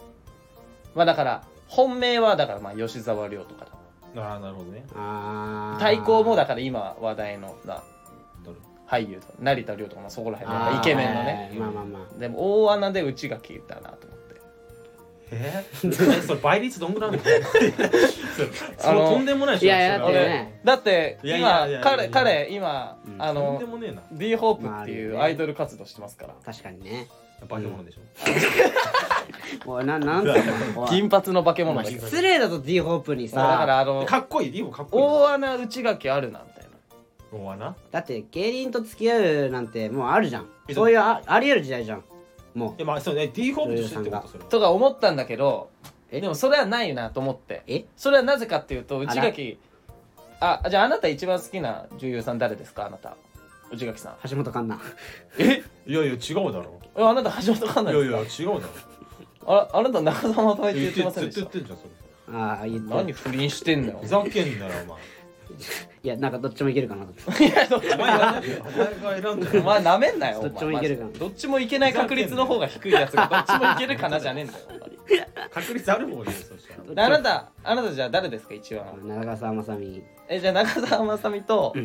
Speaker 1: まあだから本命はだからまあ吉沢亮とかだ
Speaker 3: ああなるほどね
Speaker 2: あー
Speaker 1: 対抗もだから今話題のな
Speaker 3: どれ
Speaker 1: 俳優とか成田凌とかもそこら辺のやっ
Speaker 2: あー
Speaker 1: ぱイケメンの
Speaker 2: は
Speaker 1: ね
Speaker 2: いはいまあまあま
Speaker 1: でも大穴でうちが消えたなと思って
Speaker 3: えーそれ倍率どんぐらいあるのそ
Speaker 1: あ
Speaker 3: れ
Speaker 1: の
Speaker 3: とんでもないでしょ
Speaker 2: いやいや
Speaker 3: それ
Speaker 1: だってねだって
Speaker 3: いやいや
Speaker 1: 今
Speaker 3: いやいや
Speaker 1: 彼彼今
Speaker 2: うん
Speaker 1: あ
Speaker 3: とん
Speaker 1: の
Speaker 3: でもねえな
Speaker 1: d ホープっていう
Speaker 2: まああ
Speaker 1: ア
Speaker 2: るよね
Speaker 1: イドル活動してますから
Speaker 2: あ確かにね
Speaker 3: 化け物でしょ
Speaker 2: おいななんすかおい
Speaker 1: 金髪の化け物だけど
Speaker 2: 失礼だと D ホープに
Speaker 1: だから
Speaker 2: さ
Speaker 1: あの
Speaker 3: かっこいいリボかっこいい
Speaker 1: 大穴内垣あるなみたいな
Speaker 3: 大穴
Speaker 2: だって芸人と付き合うなんてもうあるじゃんそういうああり得る時代じゃんも
Speaker 3: いやまあそうね D ホープとしてってことそれ
Speaker 1: とか思ったんだけど
Speaker 2: え
Speaker 1: でもそれはないなと思って
Speaker 2: え
Speaker 1: それはなぜかっていうと
Speaker 2: ら
Speaker 1: 内垣あじゃああなた一番好きな女優さん誰ですかあなた内垣さん
Speaker 2: う橋本環奈
Speaker 1: え
Speaker 3: いやいや違うだろ
Speaker 1: えあなた橋本環
Speaker 3: いや
Speaker 1: 奈
Speaker 3: い
Speaker 1: です
Speaker 3: や違う
Speaker 1: か
Speaker 3: だろ
Speaker 1: あらあなた中澤まとめって
Speaker 3: 言
Speaker 1: 言
Speaker 3: っ
Speaker 1: ってて
Speaker 3: ず
Speaker 1: ま
Speaker 3: っと
Speaker 1: せんでし
Speaker 3: 言ったてんじゃんそれ
Speaker 2: ああ言って
Speaker 1: 何不倫してんのよ
Speaker 3: ふざけんなよお前
Speaker 2: いやなんかどっちもいけるかなと思って
Speaker 1: いやどっち
Speaker 3: お前が選んだ
Speaker 1: お
Speaker 3: よ
Speaker 1: 前なめんなよ
Speaker 2: どっちもいけるかな
Speaker 1: お前マジでどっちもいけない確率の方が低いやつがどっちもいけるかなじゃねえんだよ
Speaker 3: 確率ある方でそしたら
Speaker 1: であなたあなたじゃあ誰ですか一番
Speaker 2: 長澤まさみ
Speaker 1: えじゃあ中澤まさみと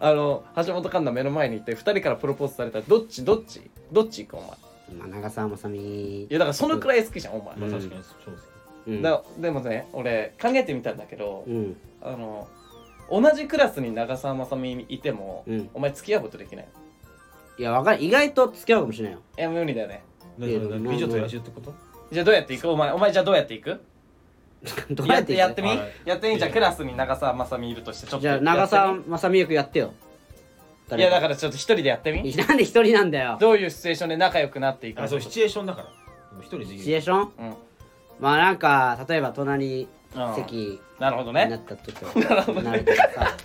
Speaker 1: あの橋本環奈目の前にいて二人からプロポーズされたらどっちどっちどっち行くお前い
Speaker 2: まあ長澤まさみ
Speaker 1: やだからそのくらい好きじゃんお前
Speaker 3: まあ
Speaker 2: うん
Speaker 3: 確かにそうです
Speaker 2: うん
Speaker 1: だでもね俺考えてみたんだけど
Speaker 2: うん
Speaker 1: あの同じクラスに長澤まさみいても、
Speaker 2: うん
Speaker 1: お前付き合うことできない
Speaker 2: いやわかん意外と付き合うかもしれないよ
Speaker 1: いや無理だよね
Speaker 3: 何それ
Speaker 2: いや
Speaker 3: 何美女と野獣ってこと
Speaker 1: じゃあどうやっていくお前お前じゃあどうやっていく
Speaker 2: どう
Speaker 1: や
Speaker 2: や
Speaker 1: っ
Speaker 2: って
Speaker 1: て
Speaker 2: いく
Speaker 1: やってみ、
Speaker 3: はい
Speaker 1: やってみじゃあクラスに長澤まさみいるとしてちょっと
Speaker 2: じゃあ
Speaker 1: や
Speaker 2: 長
Speaker 1: ってみ
Speaker 2: 澤まさみ役やってよ
Speaker 1: いやだ
Speaker 2: か
Speaker 1: からちょっと一人でやってみ
Speaker 2: なんで一人なんだよ
Speaker 1: どういうシチュエーションで仲良くなっていくの
Speaker 3: あそうシチュエーションだからでも一人でいい
Speaker 2: シ
Speaker 3: よ
Speaker 2: チュエーション
Speaker 1: うん
Speaker 2: まあなんか例えば隣
Speaker 1: うん
Speaker 2: 席
Speaker 1: なるほど
Speaker 2: にな
Speaker 1: ね
Speaker 2: った時と なるとかさ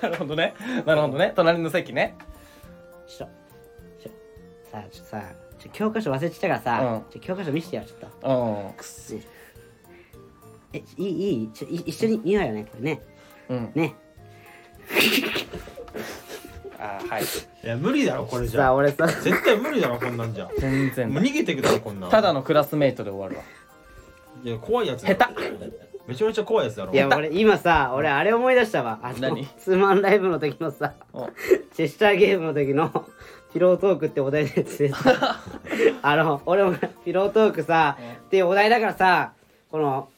Speaker 1: なるほどねなるほどね隣の席ね
Speaker 2: ちょちょさあちょっとさちょ教科書忘れてたからさ、
Speaker 1: うん
Speaker 2: ちょ教科書見せてよちょっと
Speaker 1: うんくっそ
Speaker 2: えいいいいちょい一緒に言うわよねこれね
Speaker 1: うん
Speaker 2: ね
Speaker 1: あはい
Speaker 3: いや無理だろこれじ
Speaker 2: さ
Speaker 3: ゃ
Speaker 2: あ俺さ
Speaker 3: 絶対無理だろこんなんじゃ
Speaker 1: 全
Speaker 3: もう
Speaker 1: 然
Speaker 3: 逃げてくださいこんなん
Speaker 1: ただのクラスメイトで終わるわ
Speaker 3: いや怖いやつだ
Speaker 1: 下
Speaker 3: ろ
Speaker 1: 手
Speaker 3: めちゃめちゃ怖いやつだろ
Speaker 2: いや俺今さ俺あれ思い出したわあの
Speaker 1: 何
Speaker 2: ツーマンライブの時 のさ
Speaker 1: お
Speaker 2: チェスターゲームの時のピロートークってお題のやつで さあの俺もピロートークさっていうお題だからさこの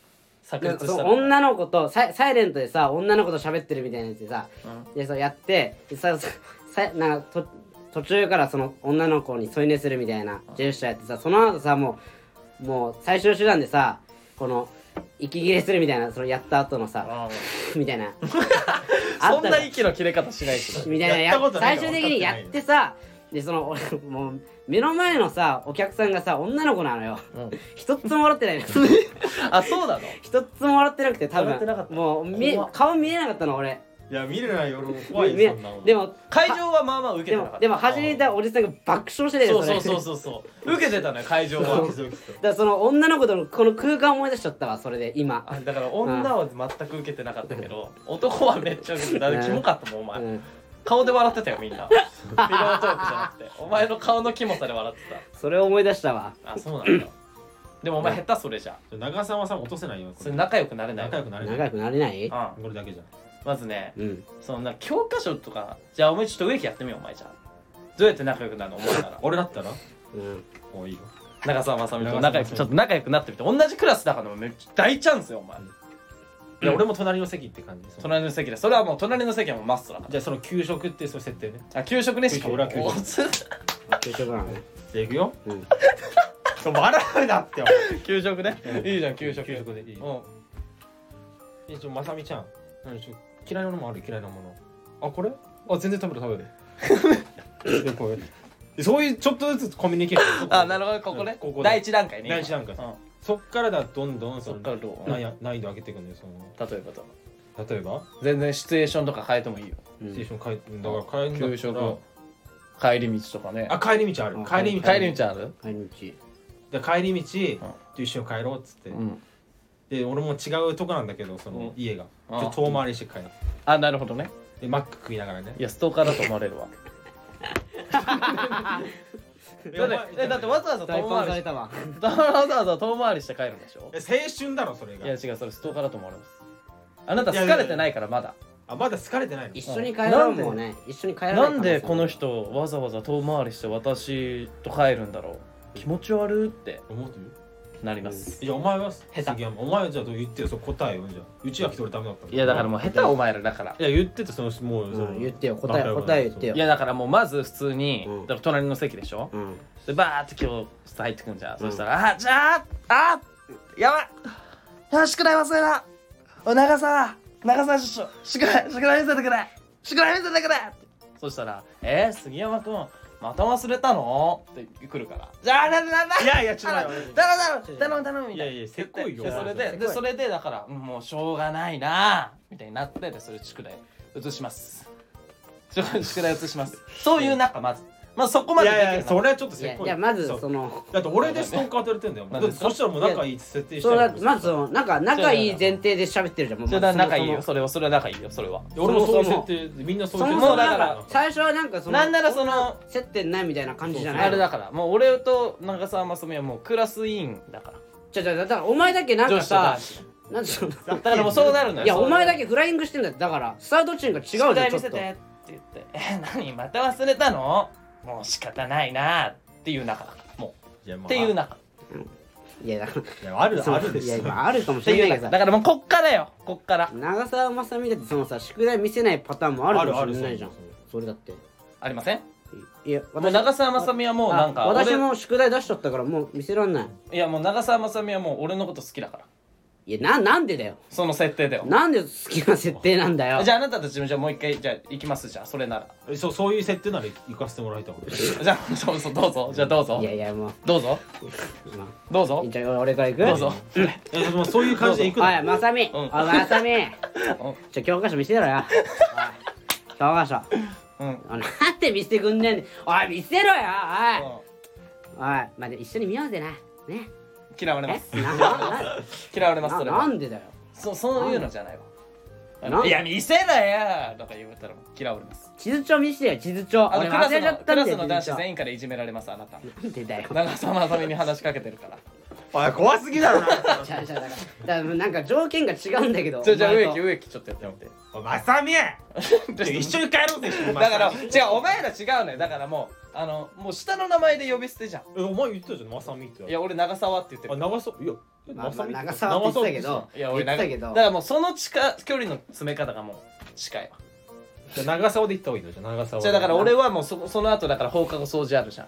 Speaker 1: 炸
Speaker 2: なん
Speaker 1: 裂
Speaker 2: か
Speaker 1: し
Speaker 2: そ
Speaker 1: た
Speaker 2: の
Speaker 1: の
Speaker 2: 女の子とサイサイレントでさ女の子と喋ってるみたいなやつでさ、
Speaker 1: う
Speaker 2: でそうやってでさささなんかと途中からその女の子に添い寝するみたいなジェスチャーやってさその後さもうもう最終手段でさこの息切れするみたいなそのやった後のさ
Speaker 1: あ
Speaker 2: みたいなあ
Speaker 1: そ
Speaker 2: っ
Speaker 1: ん
Speaker 2: た
Speaker 1: な
Speaker 2: じゃん
Speaker 1: 息の切れ方しないし
Speaker 2: みたいな
Speaker 3: やったことない
Speaker 2: 最終的にやってさでその俺もう目の前のさお客さんがさ女の子なのよ、
Speaker 1: うん
Speaker 2: 一つも笑ってないの
Speaker 1: あそうなの
Speaker 2: 一つも笑ってなくて多
Speaker 1: 笑ってなかっ
Speaker 2: 分
Speaker 1: た
Speaker 2: もう見え
Speaker 1: 怖っ
Speaker 2: 顔見えなかったの俺
Speaker 3: いや見れないよ俺も怖い
Speaker 2: 見え
Speaker 3: よそんなの
Speaker 2: でも
Speaker 1: 会場はまあまあ受けて
Speaker 2: で
Speaker 1: なかっ
Speaker 2: も
Speaker 1: た
Speaker 2: でも初めたおじさんが爆笑してた
Speaker 1: そ
Speaker 2: よ
Speaker 1: う
Speaker 2: それ
Speaker 1: そうそうそうそう受けてたのよ会場
Speaker 3: そう
Speaker 1: は
Speaker 3: そうそう
Speaker 2: だからその女の子とのこの空間を思い出しちゃったわそれで今
Speaker 1: あだから女は全く受けてなかったけど男はめっちゃ受けてただってキモかったもんお
Speaker 2: う
Speaker 1: 前
Speaker 2: ん
Speaker 1: 顔で笑ってたよみんなピロートークじゃなくてお前の顔のキモさで笑って
Speaker 2: それを思い出したわ
Speaker 1: たあそうなんだでもお前下手それじゃん
Speaker 3: 長澤さん落とせないよこ
Speaker 1: そ
Speaker 3: れ
Speaker 1: れ仲良くなれない
Speaker 3: 仲良くなれない
Speaker 2: 長くなれない
Speaker 1: うん
Speaker 3: これだけじゃん
Speaker 1: まずね
Speaker 2: うん
Speaker 1: そのな教科書とかじゃあお前ちょっと植木やってみようお前じゃあどうやって仲良くなるのお前なら
Speaker 3: 俺だったら
Speaker 2: うん
Speaker 3: もういいよ
Speaker 1: 長澤まさみと仲良くちょっと仲良くなってみて同じクラスだからめっちゃ大チャンスよお前
Speaker 3: いや俺も隣の席って感じその
Speaker 1: 隣の席でそれはもう隣の席はもうマストだか
Speaker 3: じゃあその給食ってそういう設定ね
Speaker 1: らあ給食ねしかも
Speaker 3: 給食俺は給
Speaker 2: 給食なのね
Speaker 3: じゃあいくよ
Speaker 2: うん
Speaker 3: 笑うなってお前
Speaker 1: 給食ねいいじゃん 給食
Speaker 3: 給食でいい
Speaker 1: うん
Speaker 3: えちょまさみちゃん何ちょ嫌いなものある嫌いなものあこれあ全然食べる食べる でこうやってそういうちょっとずつコミュニケーション
Speaker 1: あなるほどここね
Speaker 3: ここ
Speaker 1: 第
Speaker 3: 第
Speaker 1: 一段階ね
Speaker 3: 第一段階
Speaker 1: うん
Speaker 3: そっからだどんどん
Speaker 1: そ
Speaker 3: そ
Speaker 1: っ
Speaker 3: の
Speaker 1: からどう
Speaker 3: 難
Speaker 1: 例え
Speaker 3: 易難易度上げていくんだよその
Speaker 1: ばと
Speaker 3: 例えば
Speaker 1: 全然シチュエーションとか変えてもいいよ
Speaker 2: うん
Speaker 3: ステーション帰だから帰り
Speaker 1: 給食帰り道とかね
Speaker 3: あ帰り道ある
Speaker 2: うん
Speaker 3: 帰り道あ
Speaker 1: 帰
Speaker 3: る
Speaker 1: り道ある
Speaker 2: 毎日
Speaker 3: で帰り道
Speaker 1: うん
Speaker 3: と一緒に帰ろうっつって
Speaker 1: うん
Speaker 3: で俺も違うとこなんだけどその
Speaker 1: うん
Speaker 3: 家がち
Speaker 1: うん
Speaker 3: ょっと遠回りして帰る
Speaker 1: あなるほどね
Speaker 3: でマック食いながらね
Speaker 1: いやストーカーだと思われるわだってえだってわざわざ
Speaker 2: 大
Speaker 1: 遠
Speaker 2: パンさ
Speaker 1: 回
Speaker 2: れ
Speaker 1: りした
Speaker 2: わ
Speaker 1: わざわざ遠回りして帰るんでしょ
Speaker 3: え青春だろそれ
Speaker 1: いや
Speaker 3: が
Speaker 1: 違うそれストーカーだと思われますあなた好かれてないからまだ
Speaker 3: あまだ好かれてないの
Speaker 2: 一緒に帰ろうもんね一緒に帰らない
Speaker 1: なんでこの人わざわざ遠回りして私と帰るんだろう気持ち悪いって
Speaker 3: 思ってる
Speaker 1: なります
Speaker 3: いやお前は下手お前はじゃあ言ってよそう答えよじゃあうちは一人ダメだったの
Speaker 1: いやだからもう下手お前らだから
Speaker 3: いや言っててそのもうその
Speaker 2: うん言ってよ答
Speaker 3: 仲
Speaker 2: え
Speaker 3: 良くな
Speaker 2: 答え言ってよ
Speaker 1: いやだからもうまず普通に、
Speaker 2: うん
Speaker 1: だから隣の席でしょ、
Speaker 2: うん
Speaker 1: でバーって今日ちょっと入ってくんじゃん、
Speaker 2: うん
Speaker 1: そしたら「あじゃああやばいよし宿題忘れたお長さ長さ師匠宿題宿題見せてくれ宿題見せてくれ!」ってそしたら「えー、杉山君また忘れたの?」って来るから「じゃあなんだなんだ
Speaker 3: いやいやちょっと待って
Speaker 1: 頼む頼む頼む頼む」みたいない
Speaker 3: やいやせっこいよ
Speaker 1: でそれででそれでだからうんもうしょうがないなみたいになってでそれ宿題移します宿宿題移し ますそういうなんかまずまずそこま
Speaker 3: い
Speaker 1: ででき
Speaker 3: やい
Speaker 1: る
Speaker 3: や
Speaker 1: か
Speaker 3: それはちょっと
Speaker 2: い
Speaker 3: せ
Speaker 2: や
Speaker 3: っこい
Speaker 2: いやまず
Speaker 3: そう
Speaker 2: その
Speaker 3: だって俺でストーカーとやれてんだよ
Speaker 1: まあ
Speaker 3: だってそしたらもう仲いいって設定して
Speaker 2: そう
Speaker 3: る
Speaker 2: だまずその仲仲いい前提で喋ってるじゃんもう
Speaker 1: それだ仲いいよ
Speaker 2: そ
Speaker 1: それはそれは仲いいよそれは
Speaker 3: 俺もそういう
Speaker 2: そも
Speaker 3: 設定みんなそう
Speaker 2: も
Speaker 3: い
Speaker 2: そ
Speaker 3: う設
Speaker 2: も
Speaker 3: 定
Speaker 1: もう
Speaker 2: だ
Speaker 1: だ
Speaker 2: か
Speaker 1: から
Speaker 2: ら最初はなんかその
Speaker 1: なんならその
Speaker 2: 接点ないみたいな感じじゃない
Speaker 1: あれだからもう俺と長澤まさみはもうクラス委員だから
Speaker 2: じゃじゃだからお前だけなん
Speaker 1: 女
Speaker 2: か
Speaker 1: 子と男
Speaker 2: さ
Speaker 1: 子
Speaker 2: なんでその
Speaker 1: だからもうそうなるんだよ
Speaker 2: いや
Speaker 1: そう
Speaker 2: お前だけフライングしてんだよだからスタート地点が違うじゃ
Speaker 1: 宿
Speaker 2: ん
Speaker 1: 題
Speaker 2: ちょ
Speaker 1: 見
Speaker 2: っ
Speaker 1: せ
Speaker 2: と
Speaker 1: てって言って「え何また忘れたのもう仕方ないな」っていう仲だからもう
Speaker 3: やまあ
Speaker 1: っていう仲
Speaker 2: いやだから
Speaker 3: いやある
Speaker 2: そう
Speaker 3: あるで
Speaker 2: いや
Speaker 3: す
Speaker 2: まああるかもし
Speaker 1: てい
Speaker 2: れな
Speaker 1: う
Speaker 2: いけど
Speaker 1: だ
Speaker 2: さ
Speaker 1: からもうこっからよこっから
Speaker 2: 長澤まさみだってそのさ宿題見せないパターンもあるかもしれないじゃん
Speaker 3: あるある
Speaker 2: それだって
Speaker 1: ありません
Speaker 2: いや
Speaker 1: もう長澤まさみはもうなんか
Speaker 2: あ私
Speaker 1: 俺
Speaker 2: も宿題出しちゃったからもう見せらんない
Speaker 1: いやもう長澤まさみはもう俺のこと好きだから
Speaker 2: いやななんでだよ
Speaker 1: その設定でよ
Speaker 2: なんで好きな設定なんだよ
Speaker 1: じゃああなたたちもじゃあもう一回じゃあ行きます じゃあそれなら
Speaker 3: えそうそういう設定なら行かせてもらいたい俺
Speaker 1: じゃあそうそうどうぞじゃあどうぞ
Speaker 2: いやいやもう
Speaker 1: どうぞ
Speaker 2: ま
Speaker 1: どう
Speaker 2: あ
Speaker 1: ぞ
Speaker 2: いいんじゃん俺から行く
Speaker 1: どうぞ
Speaker 3: えでもそういう感じで行く
Speaker 2: おい
Speaker 3: の
Speaker 2: まさみ
Speaker 1: ん
Speaker 2: おいまさみ
Speaker 1: ん
Speaker 2: ちょ教科書見せ ろよおい教科書
Speaker 1: うん
Speaker 2: おいなんで見せてくんねえんだおい見せろよおいおいまあでも一緒に見ようぜなね
Speaker 1: 嫌われ ま
Speaker 2: え
Speaker 1: す
Speaker 2: なな
Speaker 1: 嫌われます
Speaker 2: な
Speaker 1: それ
Speaker 2: な
Speaker 1: は
Speaker 2: んでだよ
Speaker 1: そそういうのじゃないわあ
Speaker 2: な
Speaker 1: の
Speaker 2: ん
Speaker 1: いや見せなやとか言われたら嫌われます
Speaker 2: 地図帳見せてよ地図帳
Speaker 1: あの
Speaker 2: 俺
Speaker 1: クラ
Speaker 2: 忘
Speaker 1: ス
Speaker 2: れちゃ
Speaker 1: の
Speaker 2: っ
Speaker 1: ク
Speaker 2: たん
Speaker 1: ラ
Speaker 2: だ
Speaker 1: ス
Speaker 2: よ
Speaker 1: の男
Speaker 2: 地図
Speaker 1: 子
Speaker 2: 帳
Speaker 1: 全員からいじめられますあなた
Speaker 2: なんでだよ
Speaker 1: 長澤まさみに話しかけてるから
Speaker 3: おい怖すぎだろな
Speaker 2: じゃあじゃあだからだからなんか条件が違うんだけど
Speaker 1: じゃあじゃあ
Speaker 2: お前
Speaker 1: 植
Speaker 2: と
Speaker 1: 木植木ちょっとやってみて
Speaker 3: おいまさみちょ一緒に帰ろうぜ
Speaker 1: だから違うお前ら違うのよだからもうあのもう下の名前で呼び捨てじゃん
Speaker 3: えお前言ってたじゃんまさみって
Speaker 1: いや俺長澤って言って
Speaker 3: あ
Speaker 1: る
Speaker 3: 長そういや
Speaker 2: まあまあ
Speaker 3: まさみ
Speaker 2: 長澤って言ってたけど
Speaker 1: いや俺
Speaker 2: 言っ
Speaker 1: 長
Speaker 2: てたけど
Speaker 1: だからもうその近距離の詰め方がもう近いわ
Speaker 3: じゃあ長沢で行った方がいいのじゃあ長沢
Speaker 1: じゃあだから俺はもうそその後だから放課後掃除あるじゃん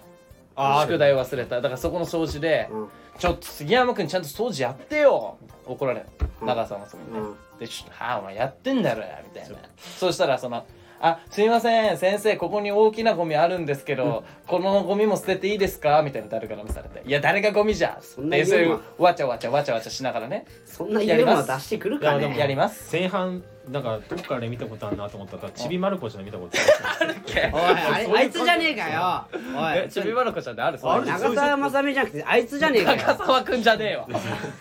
Speaker 3: あ
Speaker 1: 宿題忘れただからそこの掃除で、
Speaker 2: うん
Speaker 1: ちょっと杉山君ちゃんと掃除やってよみたいな怒られる
Speaker 2: うん
Speaker 1: 長澤まさみにね、
Speaker 2: うん
Speaker 1: でちょっと「はあお前やってんだろや」みたいなそうしたらその「あすいません先生ここに大きなゴミあるんですけど、このゴミも捨てていいですか?」みたいな誰から見されて「いや誰がゴミじゃ」
Speaker 2: んな
Speaker 1: でそうい
Speaker 2: 言う
Speaker 1: う
Speaker 2: な
Speaker 1: わちゃわちゃわちゃわちゃしながらね
Speaker 2: そんなユーモア出してくるか
Speaker 3: いや
Speaker 2: ね
Speaker 3: でも
Speaker 1: やります
Speaker 3: 前半なんかどっかで見たことあるなと思ったらちびまる子ちゃん見たことある
Speaker 2: おいあれあいつじゃねえかよお
Speaker 1: え
Speaker 2: い
Speaker 1: ちびまる子ちゃんってある
Speaker 3: あるでしょ
Speaker 2: 長澤まさみじゃなくてあいつじゃねえかよ
Speaker 1: 長澤くんじゃねえわ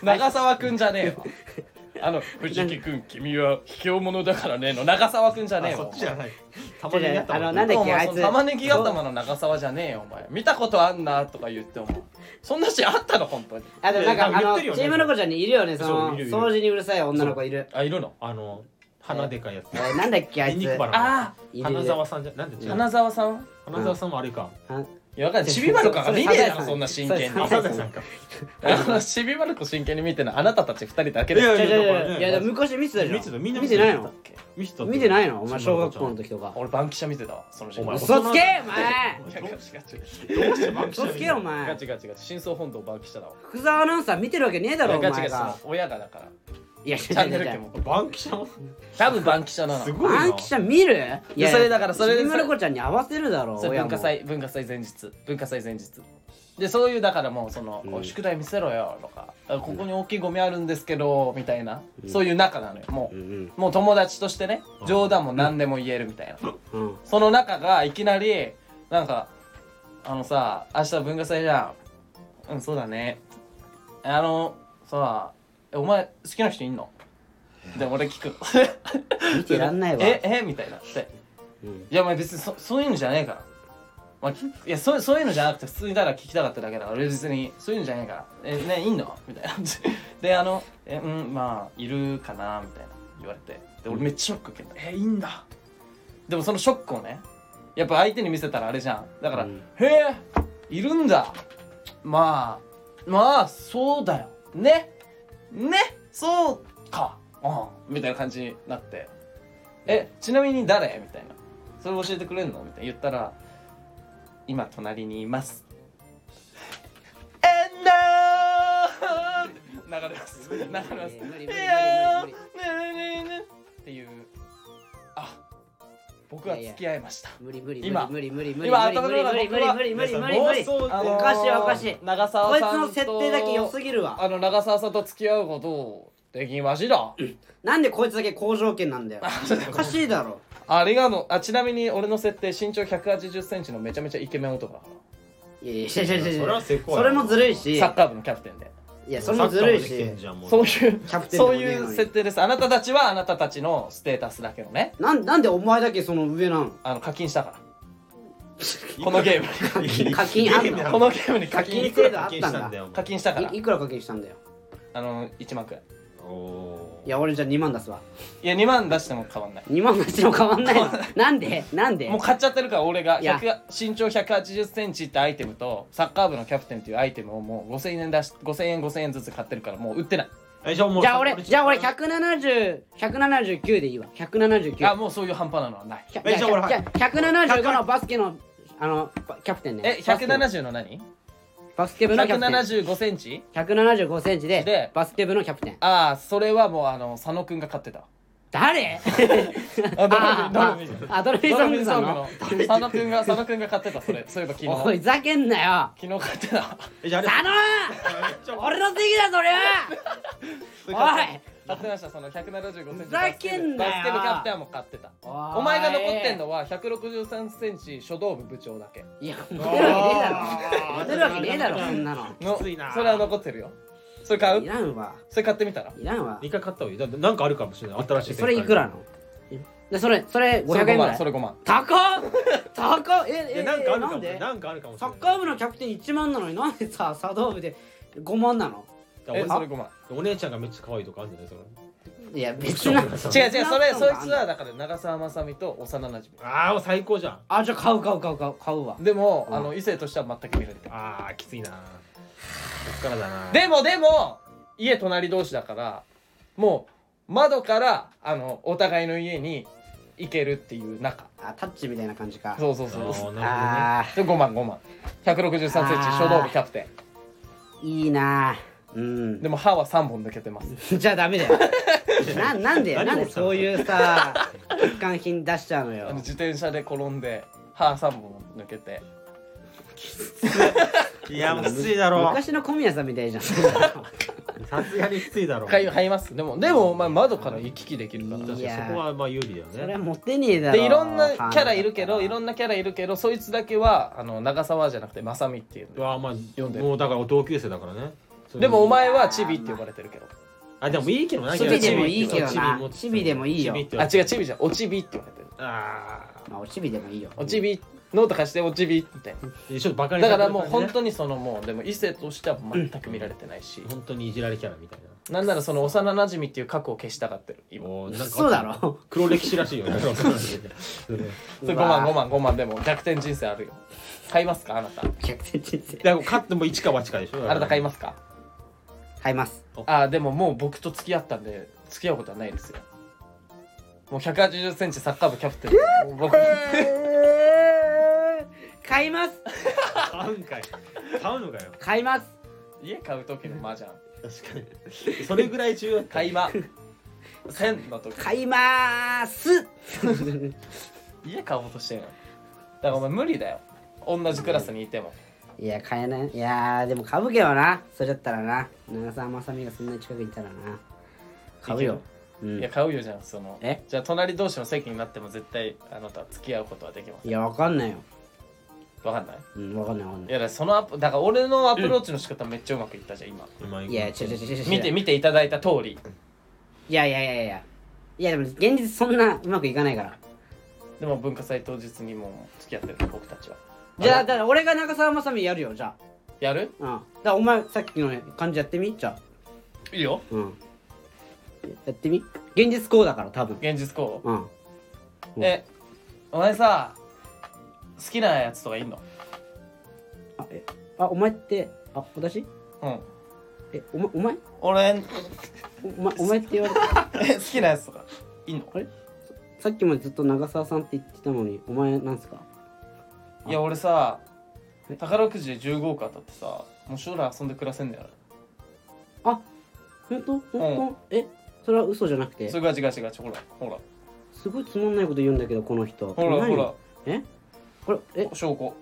Speaker 1: 長澤くんじゃねえわあの藤木くん君は卑怯者だからねの長澤くんじゃねえ
Speaker 3: あ
Speaker 1: わ
Speaker 3: そっちじゃないたま
Speaker 2: じ
Speaker 3: に
Speaker 2: ゃ
Speaker 3: や
Speaker 2: あ
Speaker 3: っ
Speaker 2: あ
Speaker 3: た
Speaker 2: のなんだっ
Speaker 1: お
Speaker 2: けあ
Speaker 1: 前
Speaker 2: い
Speaker 1: そ
Speaker 2: つ
Speaker 1: の玉ねぎ頭の長澤じゃねえよお前見たことあんなとか言ってお前そんなしあったの本当に
Speaker 2: あでもなんか
Speaker 3: いや
Speaker 2: あ
Speaker 3: 言っ
Speaker 2: の
Speaker 3: てるよね
Speaker 2: チームの子ちゃんにいるよねそ
Speaker 3: そう
Speaker 2: の
Speaker 3: いるいる
Speaker 2: 掃除にうるさい女の子いる
Speaker 1: あいるの
Speaker 3: あの鼻でかいやつ
Speaker 2: おいなんだっけあい
Speaker 3: ニンニ
Speaker 2: つ
Speaker 3: クバラ
Speaker 1: あ
Speaker 2: いる
Speaker 3: 花沢さんじゃなんで違
Speaker 1: あ
Speaker 3: う
Speaker 1: 花沢さん
Speaker 3: 花沢さんもあれか
Speaker 2: あ
Speaker 1: いやわかんないちびまる子が見ねえだろそんな真剣に
Speaker 2: そ
Speaker 3: あ
Speaker 2: うそ
Speaker 3: 花
Speaker 2: う
Speaker 3: 沢さんか
Speaker 1: あのちびまる子真剣に見てるのはあなたたち二人だけ
Speaker 3: いや
Speaker 1: で
Speaker 2: 違う違う違う
Speaker 3: いや
Speaker 2: いやでも昔見てたじゃん
Speaker 3: 見てたみんな
Speaker 2: 見
Speaker 3: 見
Speaker 2: て
Speaker 3: て
Speaker 2: な
Speaker 3: た
Speaker 2: いの
Speaker 3: 見せたって
Speaker 2: 見てないのお前小学校の時とか
Speaker 1: 俺バンキシャ見てたわその時
Speaker 3: お前
Speaker 2: 嘘つけお前
Speaker 1: ガチガチ
Speaker 2: 嘘つけよお前
Speaker 1: ガチガチガチ真相本堂バンキシャだわ
Speaker 2: 福沢アナウンサー見てるわけねえだろお前
Speaker 1: ガチガチそ
Speaker 2: が
Speaker 1: の親がだから
Speaker 2: いやチ
Speaker 1: チャンネル権も
Speaker 3: バンキシャも
Speaker 1: 多分バンキシャなの
Speaker 3: すごいな
Speaker 2: アンキちゃん見るい
Speaker 1: それだからそれ
Speaker 2: ちびまる子ちゃんに合わせるだろ
Speaker 1: それ
Speaker 2: 親
Speaker 1: 文
Speaker 2: も
Speaker 1: 化祭文化祭前日文化祭前日でそういうだからもうその、おい宿題見せろよとかあここに大きいゴミあるんですけどみたいな、そういう仲なのよもう、
Speaker 2: うん
Speaker 1: もう友達としてね冗談も何でも言えるみたいな、
Speaker 2: うんうん
Speaker 1: その中がいきなりなんかあのさ明日文化祭じゃんうんそうだねあのさえお前好きな人いんので俺聞く
Speaker 2: 見てらんないわ
Speaker 1: ええみたいになって、
Speaker 2: うん
Speaker 1: いやお前別にそそういうのじゃねえから、まあ、きいやそうそういうのじゃなくて普通にただ聞きたかっただけだから俺別にそういうのじゃねえからえねいいのみたいなであのえうんまあいるかなみたいな言われてで俺めっちゃショック受けたえいいんだでもそのショックをねやっぱ相手に見せたらあれじゃんだから「
Speaker 2: うん
Speaker 1: へえいるんだまあまあそうだよねねそうかうん」みたいな感じになって「えちなみに誰?」みたいな「それ教えてくれんの?」みたいな言ったら「今隣にいます」「えんだー!」流れます流れます
Speaker 2: 無理無理無理無理無理無理
Speaker 1: いやーねえねえねえねえっていうあ僕は付き合いました
Speaker 2: 無理無理無理
Speaker 1: 今
Speaker 2: 無理無理無理無理
Speaker 1: 今
Speaker 2: 無理無理無理無理無理無理無理無理無理
Speaker 3: 妄想
Speaker 1: あのー
Speaker 2: おかしいおかしい
Speaker 1: 長
Speaker 2: こ
Speaker 1: 澤
Speaker 2: いつ
Speaker 1: さんと
Speaker 2: の設定だけ良すぎるわ
Speaker 1: あの長澤さんと付き合うことをできました
Speaker 2: なんでこいつだけ好条件なんだよおかしいだろ
Speaker 1: ありがとうあちなみに俺の設定身長1 8 0ンチのめちゃめちゃイケメン男だか
Speaker 2: いやいやいやいやい
Speaker 3: そ
Speaker 2: や
Speaker 3: れは成功
Speaker 2: それもずるい
Speaker 1: ら
Speaker 2: し
Speaker 1: サッカー部のキャプテンで
Speaker 2: いやそれもずるい
Speaker 3: サッカーもでき
Speaker 2: し
Speaker 3: てんじゃんもう
Speaker 1: そういう
Speaker 2: キャプテンで
Speaker 1: そ
Speaker 2: も
Speaker 1: う
Speaker 2: ねえ
Speaker 1: い
Speaker 2: のに
Speaker 1: う設定ですあなたたちはあなたたちのステータスだけどね
Speaker 2: なんなんでお前だけその上なの
Speaker 1: あの課金したからこのゲームに
Speaker 2: 課金あんの
Speaker 3: ゲームな
Speaker 1: このゲームに課
Speaker 2: 課金
Speaker 1: 金
Speaker 2: 制度あ
Speaker 3: 課
Speaker 2: っ
Speaker 3: 金
Speaker 2: たん
Speaker 3: した
Speaker 2: だ
Speaker 3: んだよお前
Speaker 1: 課金したから
Speaker 2: いいくら課金したんだよ
Speaker 1: あの1万くらい
Speaker 3: お
Speaker 2: いや俺じゃあ2万出すわ
Speaker 1: いや2万出しても変わんない
Speaker 2: 2万出しても変わんないのなんでなんで
Speaker 1: もう買っちゃってるから俺が
Speaker 2: いや
Speaker 1: 100が身長1 8 0ンチってアイテムとサッカー部のキャプテンっていうアイテムをもう5000円出し5000円5000円ずつ買ってるからもう売ってない
Speaker 3: えじゃあもう
Speaker 2: じゃあ俺じゃあ俺170179でいいわ
Speaker 1: あ
Speaker 2: 179
Speaker 1: もうそういう半端なのはない
Speaker 2: ひゃ
Speaker 3: えじゃあ俺はい
Speaker 2: や175のバスケのあのバキャプテンね
Speaker 1: え170の何
Speaker 2: バスケ部のキャプテン
Speaker 1: 175センチ
Speaker 2: 175センチ
Speaker 1: で
Speaker 2: でバスケ部のキャプテン
Speaker 1: ああそれはもうあの佐野くんが買ってた
Speaker 2: 誰
Speaker 1: あド
Speaker 2: あ
Speaker 1: ラムドラム
Speaker 2: ああドルフィン
Speaker 1: ド
Speaker 2: ソ
Speaker 1: ラ
Speaker 2: ン
Speaker 1: ム
Speaker 2: グさ
Speaker 1: ソ
Speaker 2: ん
Speaker 1: ング
Speaker 2: の
Speaker 1: の佐野くんが佐野くんが買ってたそれそういえば昨
Speaker 2: おい
Speaker 1: 日
Speaker 2: ふざけんなよ
Speaker 1: 昨日買ってた
Speaker 3: えじゃああれ
Speaker 2: 佐野俺の席だそれはおい
Speaker 1: 買ってましたその175センチ
Speaker 2: ふざけんなよ
Speaker 1: バスケ部キャプテンも買ってた
Speaker 2: おーい
Speaker 1: お前が残ってんのは163センチ書道部部長だけ
Speaker 2: いや、モテるわけねえだろ。モテるわけねえだろ、そんなの。
Speaker 1: の
Speaker 3: きついな
Speaker 1: それは残ってるよそれ買
Speaker 2: いうらんわ。
Speaker 1: それ買ってみたら
Speaker 2: いらんわ
Speaker 3: 一。回買った方がいいだってなんかあるかもしれない新しい
Speaker 2: それいくらなので、それ、それ
Speaker 1: それ
Speaker 2: 500
Speaker 1: 5
Speaker 2: 円ぐら
Speaker 1: 万
Speaker 2: い
Speaker 1: そ。れ5万
Speaker 2: 高っ高っ
Speaker 3: い
Speaker 2: え、え、
Speaker 3: やなんかあるか
Speaker 2: な
Speaker 3: も
Speaker 2: ん
Speaker 3: しれな
Speaker 2: で
Speaker 3: いなんかあるかもし
Speaker 2: サ
Speaker 3: れない
Speaker 2: ッカー部のキャプテン1万なのになんでさ、茶道部で5万なの
Speaker 1: え
Speaker 3: 俺
Speaker 1: それ
Speaker 3: さ
Speaker 1: 5万
Speaker 3: お姉ちゃんがめっちゃ可愛いとかあるんじゃないそれ
Speaker 2: いや、別な。
Speaker 1: 違う違うそれ
Speaker 2: 別な
Speaker 1: そい
Speaker 2: の
Speaker 1: つはだから長澤まさみと幼馴染
Speaker 3: ああ最高じゃん
Speaker 2: あ、じゃあ買う買う買う買う買うわ。
Speaker 1: でも、
Speaker 2: うん
Speaker 1: あの異性としては全く見られてない
Speaker 3: ああきついなこっからだな
Speaker 1: でもでも家隣同士だからもう窓からあのお互いの家に行けるっていう仲
Speaker 2: あ、タッチみたいな感じか。
Speaker 1: そうそう
Speaker 3: あ
Speaker 1: そう
Speaker 3: ーな
Speaker 2: あ
Speaker 1: で5万5万163センチ書道部キャプテ
Speaker 2: ー、いいなぁ。うん
Speaker 1: ンで。も歯は3本抜けてます
Speaker 2: じゃあダメだよ。ななんで
Speaker 3: 何
Speaker 2: なんでそういうさ、欠陥品出しちゃうの
Speaker 1: あの
Speaker 2: よ。
Speaker 1: 自転車で転んで歯3本抜けて
Speaker 3: るほどねいやもうきついだろ
Speaker 2: 昔の小宮さんみたいじゃん。
Speaker 3: さすがにきついだろ
Speaker 1: 買い買いますでもでもお前窓から行き来できるから
Speaker 3: 確
Speaker 2: い
Speaker 3: か
Speaker 2: や
Speaker 3: にそこはまあ有利だよ
Speaker 2: それ
Speaker 3: ね
Speaker 2: はモテねえだろ
Speaker 1: でいろんなキャラいるけどいろ
Speaker 2: ん
Speaker 1: んなキャラいるけどそいつだけはあの長澤じゃなくてまさみっていう
Speaker 3: うわまあ
Speaker 1: 読んでる
Speaker 3: もうだから同級生だからねそれ
Speaker 1: でもお前はチビって呼ばれてるけど
Speaker 3: あでもいいけどな
Speaker 2: チビでもいいけど
Speaker 3: チビ
Speaker 2: な
Speaker 3: も
Speaker 2: チビでもいいよ
Speaker 3: チビって
Speaker 1: あ違うチビじゃんおチビって呼ばれてる
Speaker 3: あ
Speaker 2: まあおちびでもいいよ
Speaker 1: おちびノート貸しておちびみたいな
Speaker 3: あちょっとバカに
Speaker 1: だ
Speaker 3: さ
Speaker 1: か
Speaker 3: れて
Speaker 1: らも
Speaker 3: る
Speaker 1: う
Speaker 3: 感じね
Speaker 1: 本当にそのもうでも異性としては全く見られてないし、
Speaker 3: 本当にいじられキャラみたいな
Speaker 1: なんならその幼馴染っていう過去を消したがってる今
Speaker 3: おーなんか
Speaker 2: そうだろ
Speaker 3: 黒歴史らしいよね
Speaker 1: それ5万5万5万でも逆転人生あるよ買いますかあなた
Speaker 2: 逆転人生
Speaker 3: でも勝っても一か八かでしょ
Speaker 1: あなた買いますすか
Speaker 2: 買います
Speaker 1: あーでももう僕と付き合ったんで付き合うことはないですよもう1 8 0センチサッカー部キャプテンもう僕
Speaker 2: 買います
Speaker 3: 買うんかい買うのかよ
Speaker 2: 買います
Speaker 1: 家買う時の麻雀
Speaker 3: 確かにそれぐらい重要
Speaker 1: 買いま1000の時
Speaker 2: 買いまーす
Speaker 1: 家買おうとしてるのだからお前無理だよ同じクラスにいても
Speaker 2: いや買えないいやーでも買うけどなそれだったらな長澤まさみがそんな近くにいたらな買うようん
Speaker 1: いや買うよじゃんその
Speaker 2: え
Speaker 1: じゃあ隣同士の席になっても絶対あなた付き合うことはできませ
Speaker 2: いやわかんないよ
Speaker 1: んわかんない
Speaker 2: うんわかんないわかん
Speaker 1: い
Speaker 2: ない
Speaker 1: やだからそのアプだから俺のアプローチの仕方めっちゃうまくいったじゃん今
Speaker 2: いやちょちょちょちょ
Speaker 1: 見て見ていただいた通り
Speaker 2: いやいやいやいやいやでも現実そんなうまくいかないから
Speaker 1: でも文化祭当日にもう付き合ってる僕たちは
Speaker 2: じゃあだから俺が長澤まさみやるよじゃ
Speaker 1: やる
Speaker 2: あうんだからお前さっきの感じやってみじゃあ
Speaker 1: いいよ
Speaker 2: うんやってみ現実こうだから多分
Speaker 1: 現実こ
Speaker 2: うん
Speaker 1: うえお前さ好きなやつとかいんの
Speaker 2: あえあお前ってあ私
Speaker 1: うん
Speaker 2: えお,、ま、お前
Speaker 1: 俺
Speaker 2: おお前お前って 言われた
Speaker 1: え 好きなやつとかいんの
Speaker 2: さっきまでずっと長澤さんって言ってたのにお前なんすか
Speaker 1: いや俺さ
Speaker 2: え
Speaker 1: 宝くじで15億当たってさもう将来遊んで暮らせんだよ
Speaker 2: あ本当本当、えそれは嘘じゃなくて
Speaker 1: それガチガチガチほらほら
Speaker 2: すごいつまんないこと言うんだけどこの人
Speaker 1: ほらほ
Speaker 2: 何
Speaker 1: ら
Speaker 2: えこれえ
Speaker 1: 証拠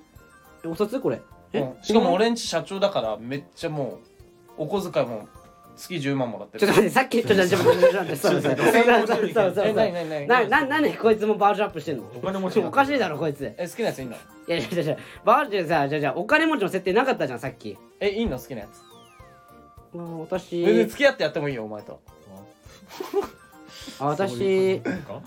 Speaker 2: えお札これえ、
Speaker 1: うんしかも俺んち社長だからめっちゃもうお小遣いも月10万もらって
Speaker 2: ちょっ
Speaker 1: る
Speaker 2: と待って、さっき、ちょっと待って、ちょっと待って、ちょっと待 って、ちょっと待って、ちょっと待
Speaker 1: え
Speaker 2: って
Speaker 1: 何何何
Speaker 2: な、な、なんでこいつもバージョンアップしてんの
Speaker 3: お金持ち
Speaker 2: ちょおかしいだろ、こいつ。い
Speaker 1: え好きなやついんの
Speaker 2: やいやいやいや、バージョンさ、じゃあじゃあお金持ちの設定なかったじゃん、さっき。
Speaker 1: えいいの好きなやつ
Speaker 2: まあ私、
Speaker 1: 全然付き合ってやってもいいよお前と
Speaker 2: あ私、う
Speaker 3: か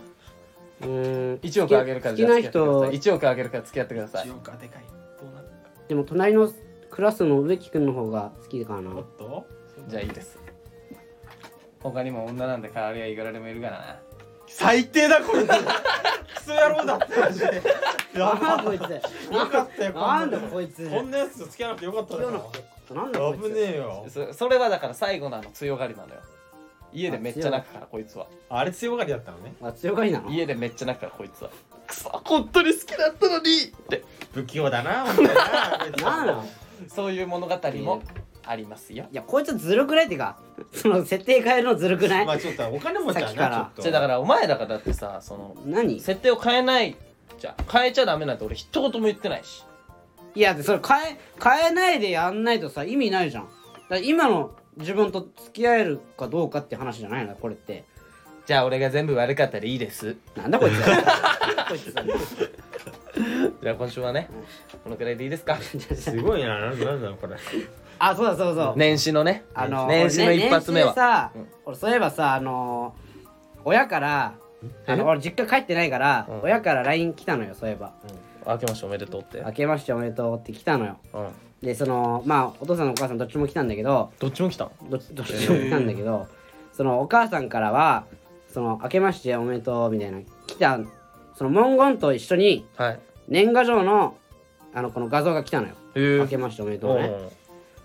Speaker 2: ーん、
Speaker 1: 1億あげるからじゃあ
Speaker 2: 好き
Speaker 1: 付き合ってく
Speaker 2: な人
Speaker 1: ださい1億あげるから付き合ってください
Speaker 3: 億はでかいどうなる
Speaker 2: でも隣の クラスの植木くんの方が好きかな。
Speaker 3: と
Speaker 1: じゃあいいです他にも女なんで代わりはいくらでもいるからな
Speaker 3: 最低だこれクソ野郎だってマジでや
Speaker 2: なんだ
Speaker 3: ば
Speaker 2: こいつ
Speaker 3: よかったよ
Speaker 2: なんだ
Speaker 3: こ
Speaker 2: こいつ
Speaker 3: んなこんなやつと付き合わなくてよかった
Speaker 2: 今日のなんだこいつ
Speaker 3: な危ねえよ
Speaker 1: そそれはだから最後のあの強がりなのよ家でめっちゃ泣くからこいつは
Speaker 3: あれ強がりだったのね
Speaker 2: あ強がりなの
Speaker 1: 家でめっちゃ泣くからこいつはくそ本当に好きだったのにって
Speaker 3: 不器用だな本当に
Speaker 2: なんなの
Speaker 1: そういう物語もありますよ
Speaker 2: いやこいつずるくないってか その設定変えるのずるくない、
Speaker 3: まあちょっとお金持
Speaker 2: さ
Speaker 3: ち
Speaker 2: っ
Speaker 3: だ
Speaker 2: きか
Speaker 3: なちょ
Speaker 2: ら
Speaker 3: っ
Speaker 1: じ
Speaker 3: と
Speaker 1: ゃだからお前だからだってさその
Speaker 2: 何い
Speaker 1: 設定を変えないじゃん変えちゃダメなんて俺一言も言ってないし
Speaker 2: やそれ変え変えないでやんないとさ意味ないじゃんだから今の自分と付き合えるかどうかって話じゃないのこれって
Speaker 1: じゃあ俺が全部悪かったらいいです
Speaker 2: なん だこいつこいつさ
Speaker 1: じゃあ今週はねこのくらいでいいです か
Speaker 3: すごいななんだなんだこれ
Speaker 2: あそうだそうだそう
Speaker 1: 年始のね
Speaker 2: あの
Speaker 1: 年始の
Speaker 2: 俺ね
Speaker 1: 一発目は
Speaker 2: 年始でさ、
Speaker 1: うん
Speaker 2: 俺そういえばさあの親からあの俺実家帰ってないから、
Speaker 1: うん
Speaker 2: 親から LINE 来たのよそういえば
Speaker 1: 明けましておめでとうって
Speaker 2: 「明けましておめでとう」って来たのよ
Speaker 1: うん
Speaker 2: でそのまあお父さんのお母さんどっちも来たんだけど
Speaker 1: どっちも来たの
Speaker 2: どどっちも来たんだけどそのお母さんからは「その明けましておめでとう」みたいな来たその文言と一緒に
Speaker 1: はい
Speaker 2: 年賀状のあのこの画像が来たのよ
Speaker 1: え
Speaker 2: 「明けましておめでとうね」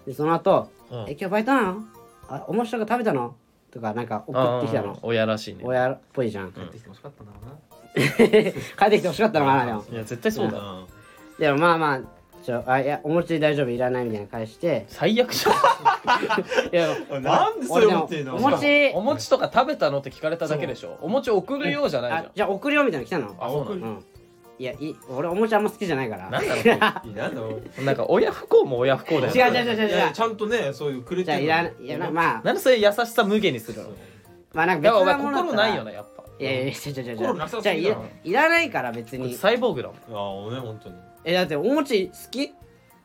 Speaker 2: でその後、
Speaker 3: うん
Speaker 2: え今日バイトなのあ面白いこと食べたのとかなんか送ってきたの
Speaker 1: 親らしいね
Speaker 2: 親っぽいじゃん
Speaker 3: 帰ってきて欲しかったんだろうな
Speaker 2: 帰ってきてほしかったのかなでも
Speaker 1: いや絶対そうだよ
Speaker 3: ん
Speaker 2: でもまあまあちょあいやお餅大丈夫いらないみたいな返して
Speaker 1: 最悪じゃん
Speaker 2: いや
Speaker 3: なんでそ
Speaker 2: 俺
Speaker 3: れ
Speaker 2: で
Speaker 3: 持
Speaker 2: も
Speaker 3: ってんの
Speaker 2: お餅
Speaker 1: お餅とか食べたのって聞かれただけでしょお餅送るようじゃない
Speaker 2: あ
Speaker 1: じ
Speaker 2: じゃあ送るよみたいなの来たの
Speaker 1: あそうなの
Speaker 2: うんいやい俺お餅あんま好きじゃないから
Speaker 1: ゃんなんだろ
Speaker 3: いいなんだろう
Speaker 1: うなんか親不幸も親不幸だよ
Speaker 2: 違う違う違う
Speaker 3: いやちゃんとねそういうくれ
Speaker 2: じゃあ
Speaker 3: て
Speaker 2: いらないやなまあ
Speaker 1: なんでそういう優しさ無限にするの
Speaker 2: まあなんか
Speaker 1: だからお
Speaker 2: 別
Speaker 1: 前
Speaker 2: なものだ
Speaker 1: 心
Speaker 2: った
Speaker 1: な
Speaker 2: ら
Speaker 1: いよなやっぱ
Speaker 2: いやいやいや違う違う違う
Speaker 3: 心なさすぎ
Speaker 2: じゃあ
Speaker 3: だろ
Speaker 2: いらいらないから別に
Speaker 1: サイボーグだもん
Speaker 3: ああね本当に
Speaker 2: えだってお餅好き
Speaker 1: い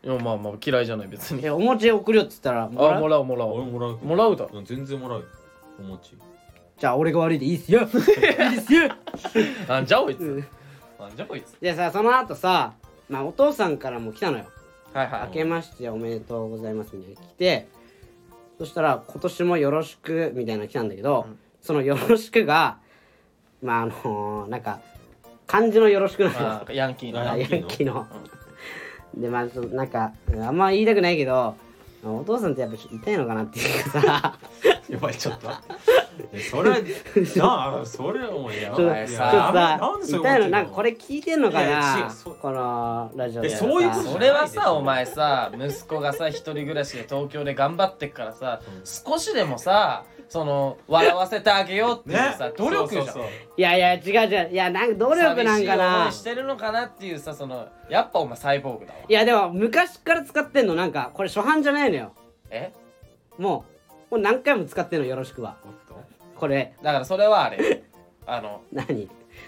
Speaker 1: やまあまあ嫌いじゃない別に
Speaker 2: えお餅送るよっつったら
Speaker 1: あ
Speaker 2: もらう
Speaker 1: もらうもら
Speaker 3: 俺
Speaker 1: う
Speaker 3: もらうけど
Speaker 1: もらうだろ
Speaker 3: うん全然もらうよお餅
Speaker 2: じゃあ俺が悪いでいいっすよいいっすよ
Speaker 1: なんじゃこいつ
Speaker 2: ん
Speaker 1: なんじゃこいつ
Speaker 2: でさその後さまあお父さんからも来たのよ
Speaker 1: はい
Speaker 2: 「
Speaker 1: は
Speaker 2: 明
Speaker 1: い
Speaker 2: けましておめでとうございます」みたいなの来てそしたら「今年もよろしく」みたいなの来たんだけど、その「よろしくが」まああのーなんか漢字の「よろしく」なのよ
Speaker 1: あーヤンキー
Speaker 3: あ
Speaker 1: な
Speaker 2: ヤ
Speaker 3: ヤンキーの
Speaker 2: ンキーの。でまあそなんかあんま言いたくないけどお父さんってやっぱちょっと痛いのかなっていうかさ
Speaker 3: や ばいちょっとそれなあそれ お前や
Speaker 2: ちょっと
Speaker 3: ばい
Speaker 2: ちょっと
Speaker 1: や
Speaker 2: さ
Speaker 3: なんでそういうこと
Speaker 2: 痛いのなんかこれ聞いてんのか
Speaker 3: いやいや違
Speaker 2: な
Speaker 3: うそう
Speaker 2: このラジオで
Speaker 3: えそういうこと
Speaker 1: それはさお前さ息子がさ一人暮らしで東京で頑張ってっからさ少しでもさその笑わせてあげようっていうさ努力じゃん
Speaker 3: そうそう
Speaker 2: いやいや違う違ういやなんか努力なんか
Speaker 1: 寂しい思
Speaker 2: ない
Speaker 1: してるのかなっていうさそのやっぱお前サイボーグだわ
Speaker 2: いやでも昔から使ってんのなんかこれ初版じゃないのよ
Speaker 1: え
Speaker 2: もうもう何回も使ってんのよろしくは
Speaker 3: そうおっと
Speaker 2: これ
Speaker 1: だからそれはあれあの
Speaker 2: 何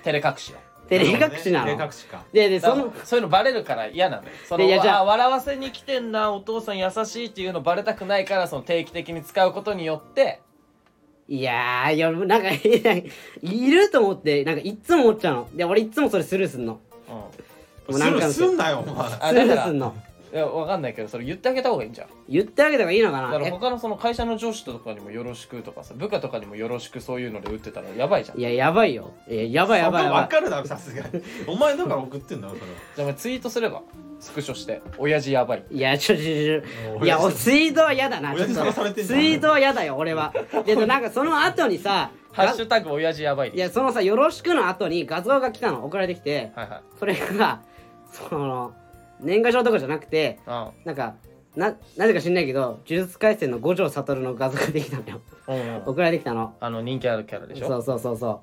Speaker 1: 照れ隠しよ
Speaker 2: 照れ隠しな
Speaker 3: 照れ
Speaker 2: の
Speaker 3: 隠しか
Speaker 2: でで
Speaker 1: そ
Speaker 2: そ
Speaker 1: の
Speaker 2: の
Speaker 1: そういうのバレるから嫌なのよその
Speaker 2: いやじゃあ
Speaker 1: あ笑わせに来てんなお父さん優しいっていうのバレたくないからその定期的に使うことによって
Speaker 2: いやーいやなんかいると思ってなんかいっつも思っちゃうので俺いっつもそれスルーすんの
Speaker 1: うん
Speaker 2: もう
Speaker 3: す
Speaker 2: 何
Speaker 3: る
Speaker 2: 回も
Speaker 3: すんなよお前
Speaker 1: あ
Speaker 2: スル
Speaker 1: だか
Speaker 2: ー
Speaker 1: ら
Speaker 2: すんの
Speaker 1: いやわかんないけどそれ言ってあげた方がいいんじゃん
Speaker 2: 言ってあげた方がいいのか
Speaker 1: だか
Speaker 2: な
Speaker 1: ら
Speaker 2: え
Speaker 1: 他のその会社の上司とかにもよろしくとかさ部下とかにもよろしくそういうので打ってたらやばいじゃん
Speaker 2: い
Speaker 1: じゃ
Speaker 2: ややばいよいややばいやばいやば
Speaker 3: 分かるだろさすがにお前だから送ってんだろそれ
Speaker 1: あお前ツイートすればスクショして親父やばい
Speaker 2: いいやちょちょちょちょいや
Speaker 3: もう
Speaker 2: おツイートは嫌だなちょっ
Speaker 3: 親父
Speaker 2: と
Speaker 3: 探され
Speaker 2: ツ
Speaker 3: て
Speaker 2: イ
Speaker 3: んじゃん
Speaker 2: ートは嫌だよ俺はでなんかその後にさ
Speaker 1: ハッシュタグ親父やばい
Speaker 2: いやそのさ「よろしく」の後に画像が来たの送られてきて
Speaker 1: はいはい
Speaker 2: それがその年賀状とかじゃなくて
Speaker 1: あ
Speaker 2: なんかななぜか知んないけど「呪術廻戦」の五条悟の画像ができたのよ
Speaker 1: あうんうん
Speaker 2: 送られてきたの
Speaker 1: あの人気あるキャラでしょ
Speaker 2: そうそうそうそ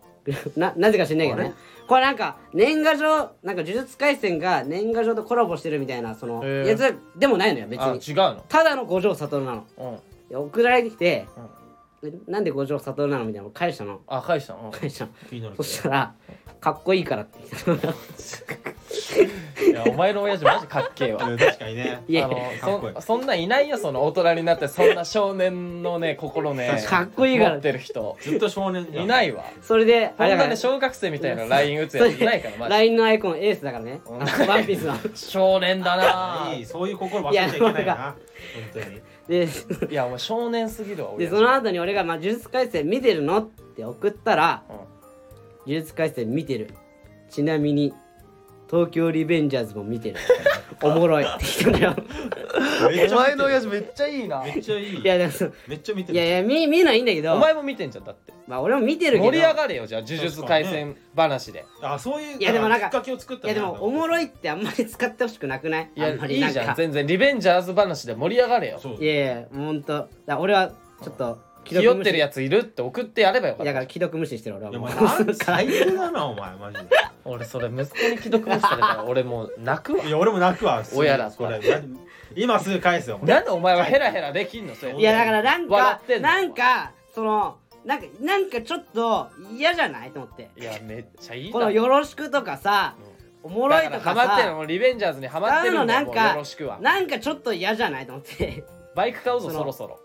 Speaker 2: うななぜか知んないけどねこれなんか年賀状なんか呪術廻戦が年賀状とコラボしてるみたいなその
Speaker 1: へー
Speaker 2: やつでもないのよ別
Speaker 1: あ
Speaker 2: に
Speaker 1: 違うの
Speaker 2: ただの五条悟なの
Speaker 1: うん
Speaker 2: いや送られてきて、えなんで五条悟なのみたいなの返したの
Speaker 1: あ返したのうん
Speaker 2: 返したの
Speaker 3: 気になる
Speaker 2: そしたら「かっこい いから」って言ったの
Speaker 1: いやお前の親父マジかっけえわ
Speaker 3: うん確かにね
Speaker 2: いや
Speaker 1: あの
Speaker 3: かっこいい
Speaker 1: そそんなんいないよその大人になってそんな少年のね心ね
Speaker 2: かっこいいから
Speaker 1: 持ってる人
Speaker 3: ずっと少年じゃん
Speaker 1: いないわ
Speaker 2: それで
Speaker 1: こんな
Speaker 2: ね
Speaker 1: ね小学生みたいな LINE 打つやついないからマジ
Speaker 2: LINE のアイコンエースだからね あのワンピースの
Speaker 1: 少年だなあ
Speaker 3: いいそういう心忘れちゃいけない
Speaker 2: いや
Speaker 3: な本当に
Speaker 2: で
Speaker 1: いやお前少年すぎるわ俺
Speaker 2: でその後に俺が「まあ、呪術廻戦見てるの?」って送ったら
Speaker 1: うん
Speaker 2: 「呪術廻戦見てるちなみに東京リベンジャーズも見てるおもろい」って言ったのよ
Speaker 3: めっち
Speaker 1: お
Speaker 3: ゃ
Speaker 1: 前の親父めっちゃいいな
Speaker 3: めっちゃいい
Speaker 2: いやだからそう
Speaker 3: めっちゃ見て
Speaker 2: い
Speaker 3: る
Speaker 2: やいや見見ないいんだけど
Speaker 1: お前も見てんじゃんだって
Speaker 2: まあ俺も見てるけど
Speaker 1: 盛り上がれよじゃあ呪術廻戦話で
Speaker 3: あそういう
Speaker 2: いやでもなんか
Speaker 3: きっかけを作った
Speaker 2: い
Speaker 3: ね
Speaker 2: やでもおもろいってあんまり使ってほしくなくない
Speaker 1: いや
Speaker 2: あんま
Speaker 1: い
Speaker 2: りなん
Speaker 1: い
Speaker 2: か
Speaker 1: じゃん全然リベンジャーズ話で盛り上がれよ
Speaker 3: そう
Speaker 2: いやいやほんとだから俺はちょっと
Speaker 1: ひよってる
Speaker 2: や
Speaker 1: やついるって送ってやればよか
Speaker 2: だ
Speaker 1: っ
Speaker 2: か
Speaker 1: た
Speaker 2: ら既読無視してる俺はい
Speaker 3: や
Speaker 2: も
Speaker 3: お
Speaker 2: う
Speaker 3: 前なん最悪だなお前マジで
Speaker 1: 俺それ息子に既読無視されたら俺もう泣くわ
Speaker 3: いや俺も泣くわ
Speaker 1: 親だ
Speaker 3: これ何今すぐ返すよこれ
Speaker 1: なんでお前はヘラヘラできんのそれ
Speaker 2: いやだからなん
Speaker 1: 笑
Speaker 2: か
Speaker 1: ってんの
Speaker 2: なんかそのなんかなんかちょっと嫌じゃないと思って
Speaker 1: いやめっちゃいいな
Speaker 2: この「よろしく」とかさ「おもろい」と
Speaker 1: だか
Speaker 2: かさ
Speaker 1: らハマってるのもうリベンジャーズにハマってるの
Speaker 2: あのなん
Speaker 1: もう
Speaker 2: か
Speaker 1: よろしくは
Speaker 2: なんかちょっと嫌じゃないと思って
Speaker 1: バイク買うぞ
Speaker 2: その
Speaker 1: そろそろ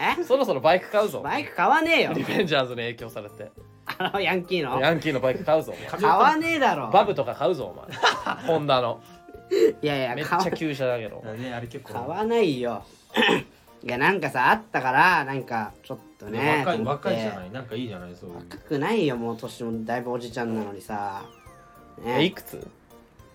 Speaker 2: え
Speaker 1: そろそろバイク買うぞ
Speaker 2: バイク買わねえよ
Speaker 1: リベンジャーズに影響されて
Speaker 2: あのヤンキーの
Speaker 1: ヤンキーのバイク買うぞお前
Speaker 3: 買
Speaker 2: 買わねえだろ
Speaker 1: バブとか買うぞお前 ホンダの
Speaker 2: いやい
Speaker 1: め
Speaker 2: や
Speaker 1: っち
Speaker 2: 買わ
Speaker 1: ゃ旧車だけど
Speaker 3: ねあれ結構
Speaker 2: 買わないよいやなんかさあったからなんかちょっと
Speaker 3: いや
Speaker 2: ね
Speaker 3: 若い若いじゃ
Speaker 2: い
Speaker 3: ないなんかいいじゃないそういう
Speaker 2: 若くないよもう年もだいぶおじちゃんなのにさ、
Speaker 1: えい
Speaker 2: ね、
Speaker 1: くつ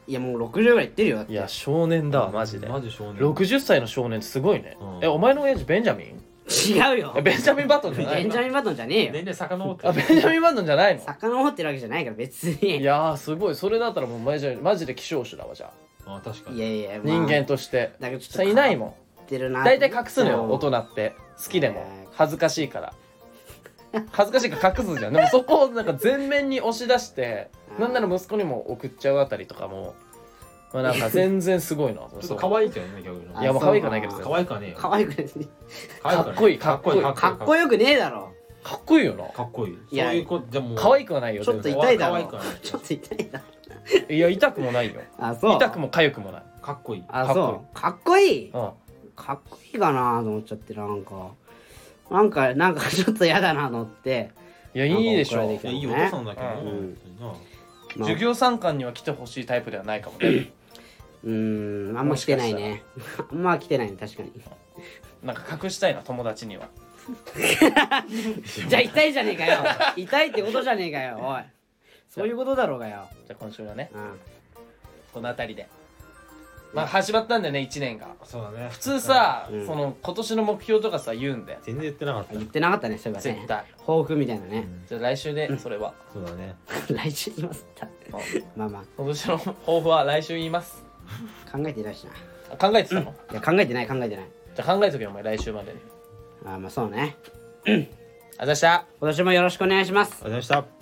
Speaker 2: いやもう60ぐらいいってるよだって
Speaker 1: いや少年だわマジで
Speaker 3: マジ少年
Speaker 1: 60歳の少年ってすごいね
Speaker 3: うん
Speaker 1: えお前の親父ベンジャミン
Speaker 2: 違うよ
Speaker 1: えベンジャミンバトンじゃな
Speaker 2: ベ
Speaker 1: い
Speaker 2: ン
Speaker 1: の
Speaker 2: ジャミン・バトンじゃねえよ
Speaker 3: 年齢遡って
Speaker 1: あベンジャミンバトンじゃないの
Speaker 2: 遡ってるわけじゃないから別に
Speaker 1: い
Speaker 2: い
Speaker 1: やーすごいそれだったらもうマジでマジで希少種だわじゃあ
Speaker 3: あ確かに
Speaker 2: やいや、ま
Speaker 1: 人
Speaker 2: あ
Speaker 1: 間として
Speaker 2: だけどちょっと
Speaker 1: さいないもん
Speaker 2: 変わってるな
Speaker 1: 大体隠すのよ大
Speaker 2: 音
Speaker 1: 人って好きでも
Speaker 2: えー
Speaker 1: 恥ずかしいから恥ずかしいから隠すじゃんでもそこをなんか全面に押し出して
Speaker 2: うん
Speaker 1: なんなら息子にも送っちゃうあたりとかもまあなんか全然す ごいなと思っ
Speaker 3: ちょ
Speaker 1: て
Speaker 3: っと可愛いけどね逆に
Speaker 1: いやまあ
Speaker 2: そう
Speaker 1: 可愛くはないけど
Speaker 3: 可愛くはねえよ
Speaker 2: 可愛くない
Speaker 1: かっこいい
Speaker 3: かっこいい
Speaker 1: か
Speaker 2: かっこ
Speaker 3: いい
Speaker 2: よくねえだろ
Speaker 1: かっこいいよな
Speaker 3: かっこいい
Speaker 2: い
Speaker 3: そう
Speaker 2: や
Speaker 3: いうことじゃもう
Speaker 1: 可愛くはないよ
Speaker 2: ちょっと
Speaker 1: 全
Speaker 2: 痛いだ
Speaker 3: 可
Speaker 2: ろ
Speaker 3: 愛くはない
Speaker 2: ちょっと痛いだろ
Speaker 1: 然いや痛くもないよ
Speaker 2: あそう
Speaker 1: 痛くも痒くもない
Speaker 3: かっこいい
Speaker 2: あ
Speaker 1: かっこいい
Speaker 2: そうかっこいい
Speaker 1: うん
Speaker 2: かっこいいかなと思っちゃってなんかなんかなんか ちょっと嫌だなと思って、
Speaker 1: いやいいでし
Speaker 2: なんか怒られ
Speaker 1: ょ
Speaker 2: てき
Speaker 3: いやいいお父さんだけどね
Speaker 1: うん
Speaker 3: 本当にな
Speaker 2: まあ、
Speaker 1: 授業参観には来てほしいタイプではないかもね
Speaker 2: うーんあんま来てないねあんま来てないね確かに
Speaker 1: なんか隠したいな友達には
Speaker 2: じゃあ痛いじゃねえかよ痛いってことじゃねえかよおい そういうことだろうがよ、
Speaker 1: じゃあ今週はね
Speaker 2: うん、
Speaker 1: この辺りでまあ始まったんだよね1年が
Speaker 3: そうだね
Speaker 1: 普通さ、
Speaker 2: うん
Speaker 1: その今年の目標とかさ言うんだよ
Speaker 3: 全然言ってなかった
Speaker 2: 言ってなかったねそういえばね
Speaker 1: 絶対
Speaker 2: 抱負みたいなね、
Speaker 1: じゃあ来週でそれは、
Speaker 3: そうだね
Speaker 2: 来週言いますか
Speaker 1: あ
Speaker 2: まあま
Speaker 1: 今年の抱負は来週言います
Speaker 2: あ考えてないしな
Speaker 1: あ考えてたの、
Speaker 2: いや考えてない考えてない
Speaker 1: じゃあ考えとけよお前来週までに
Speaker 2: あーまあそうね
Speaker 1: あざした
Speaker 2: 今年もよろしくお願いします
Speaker 3: ありがとうございました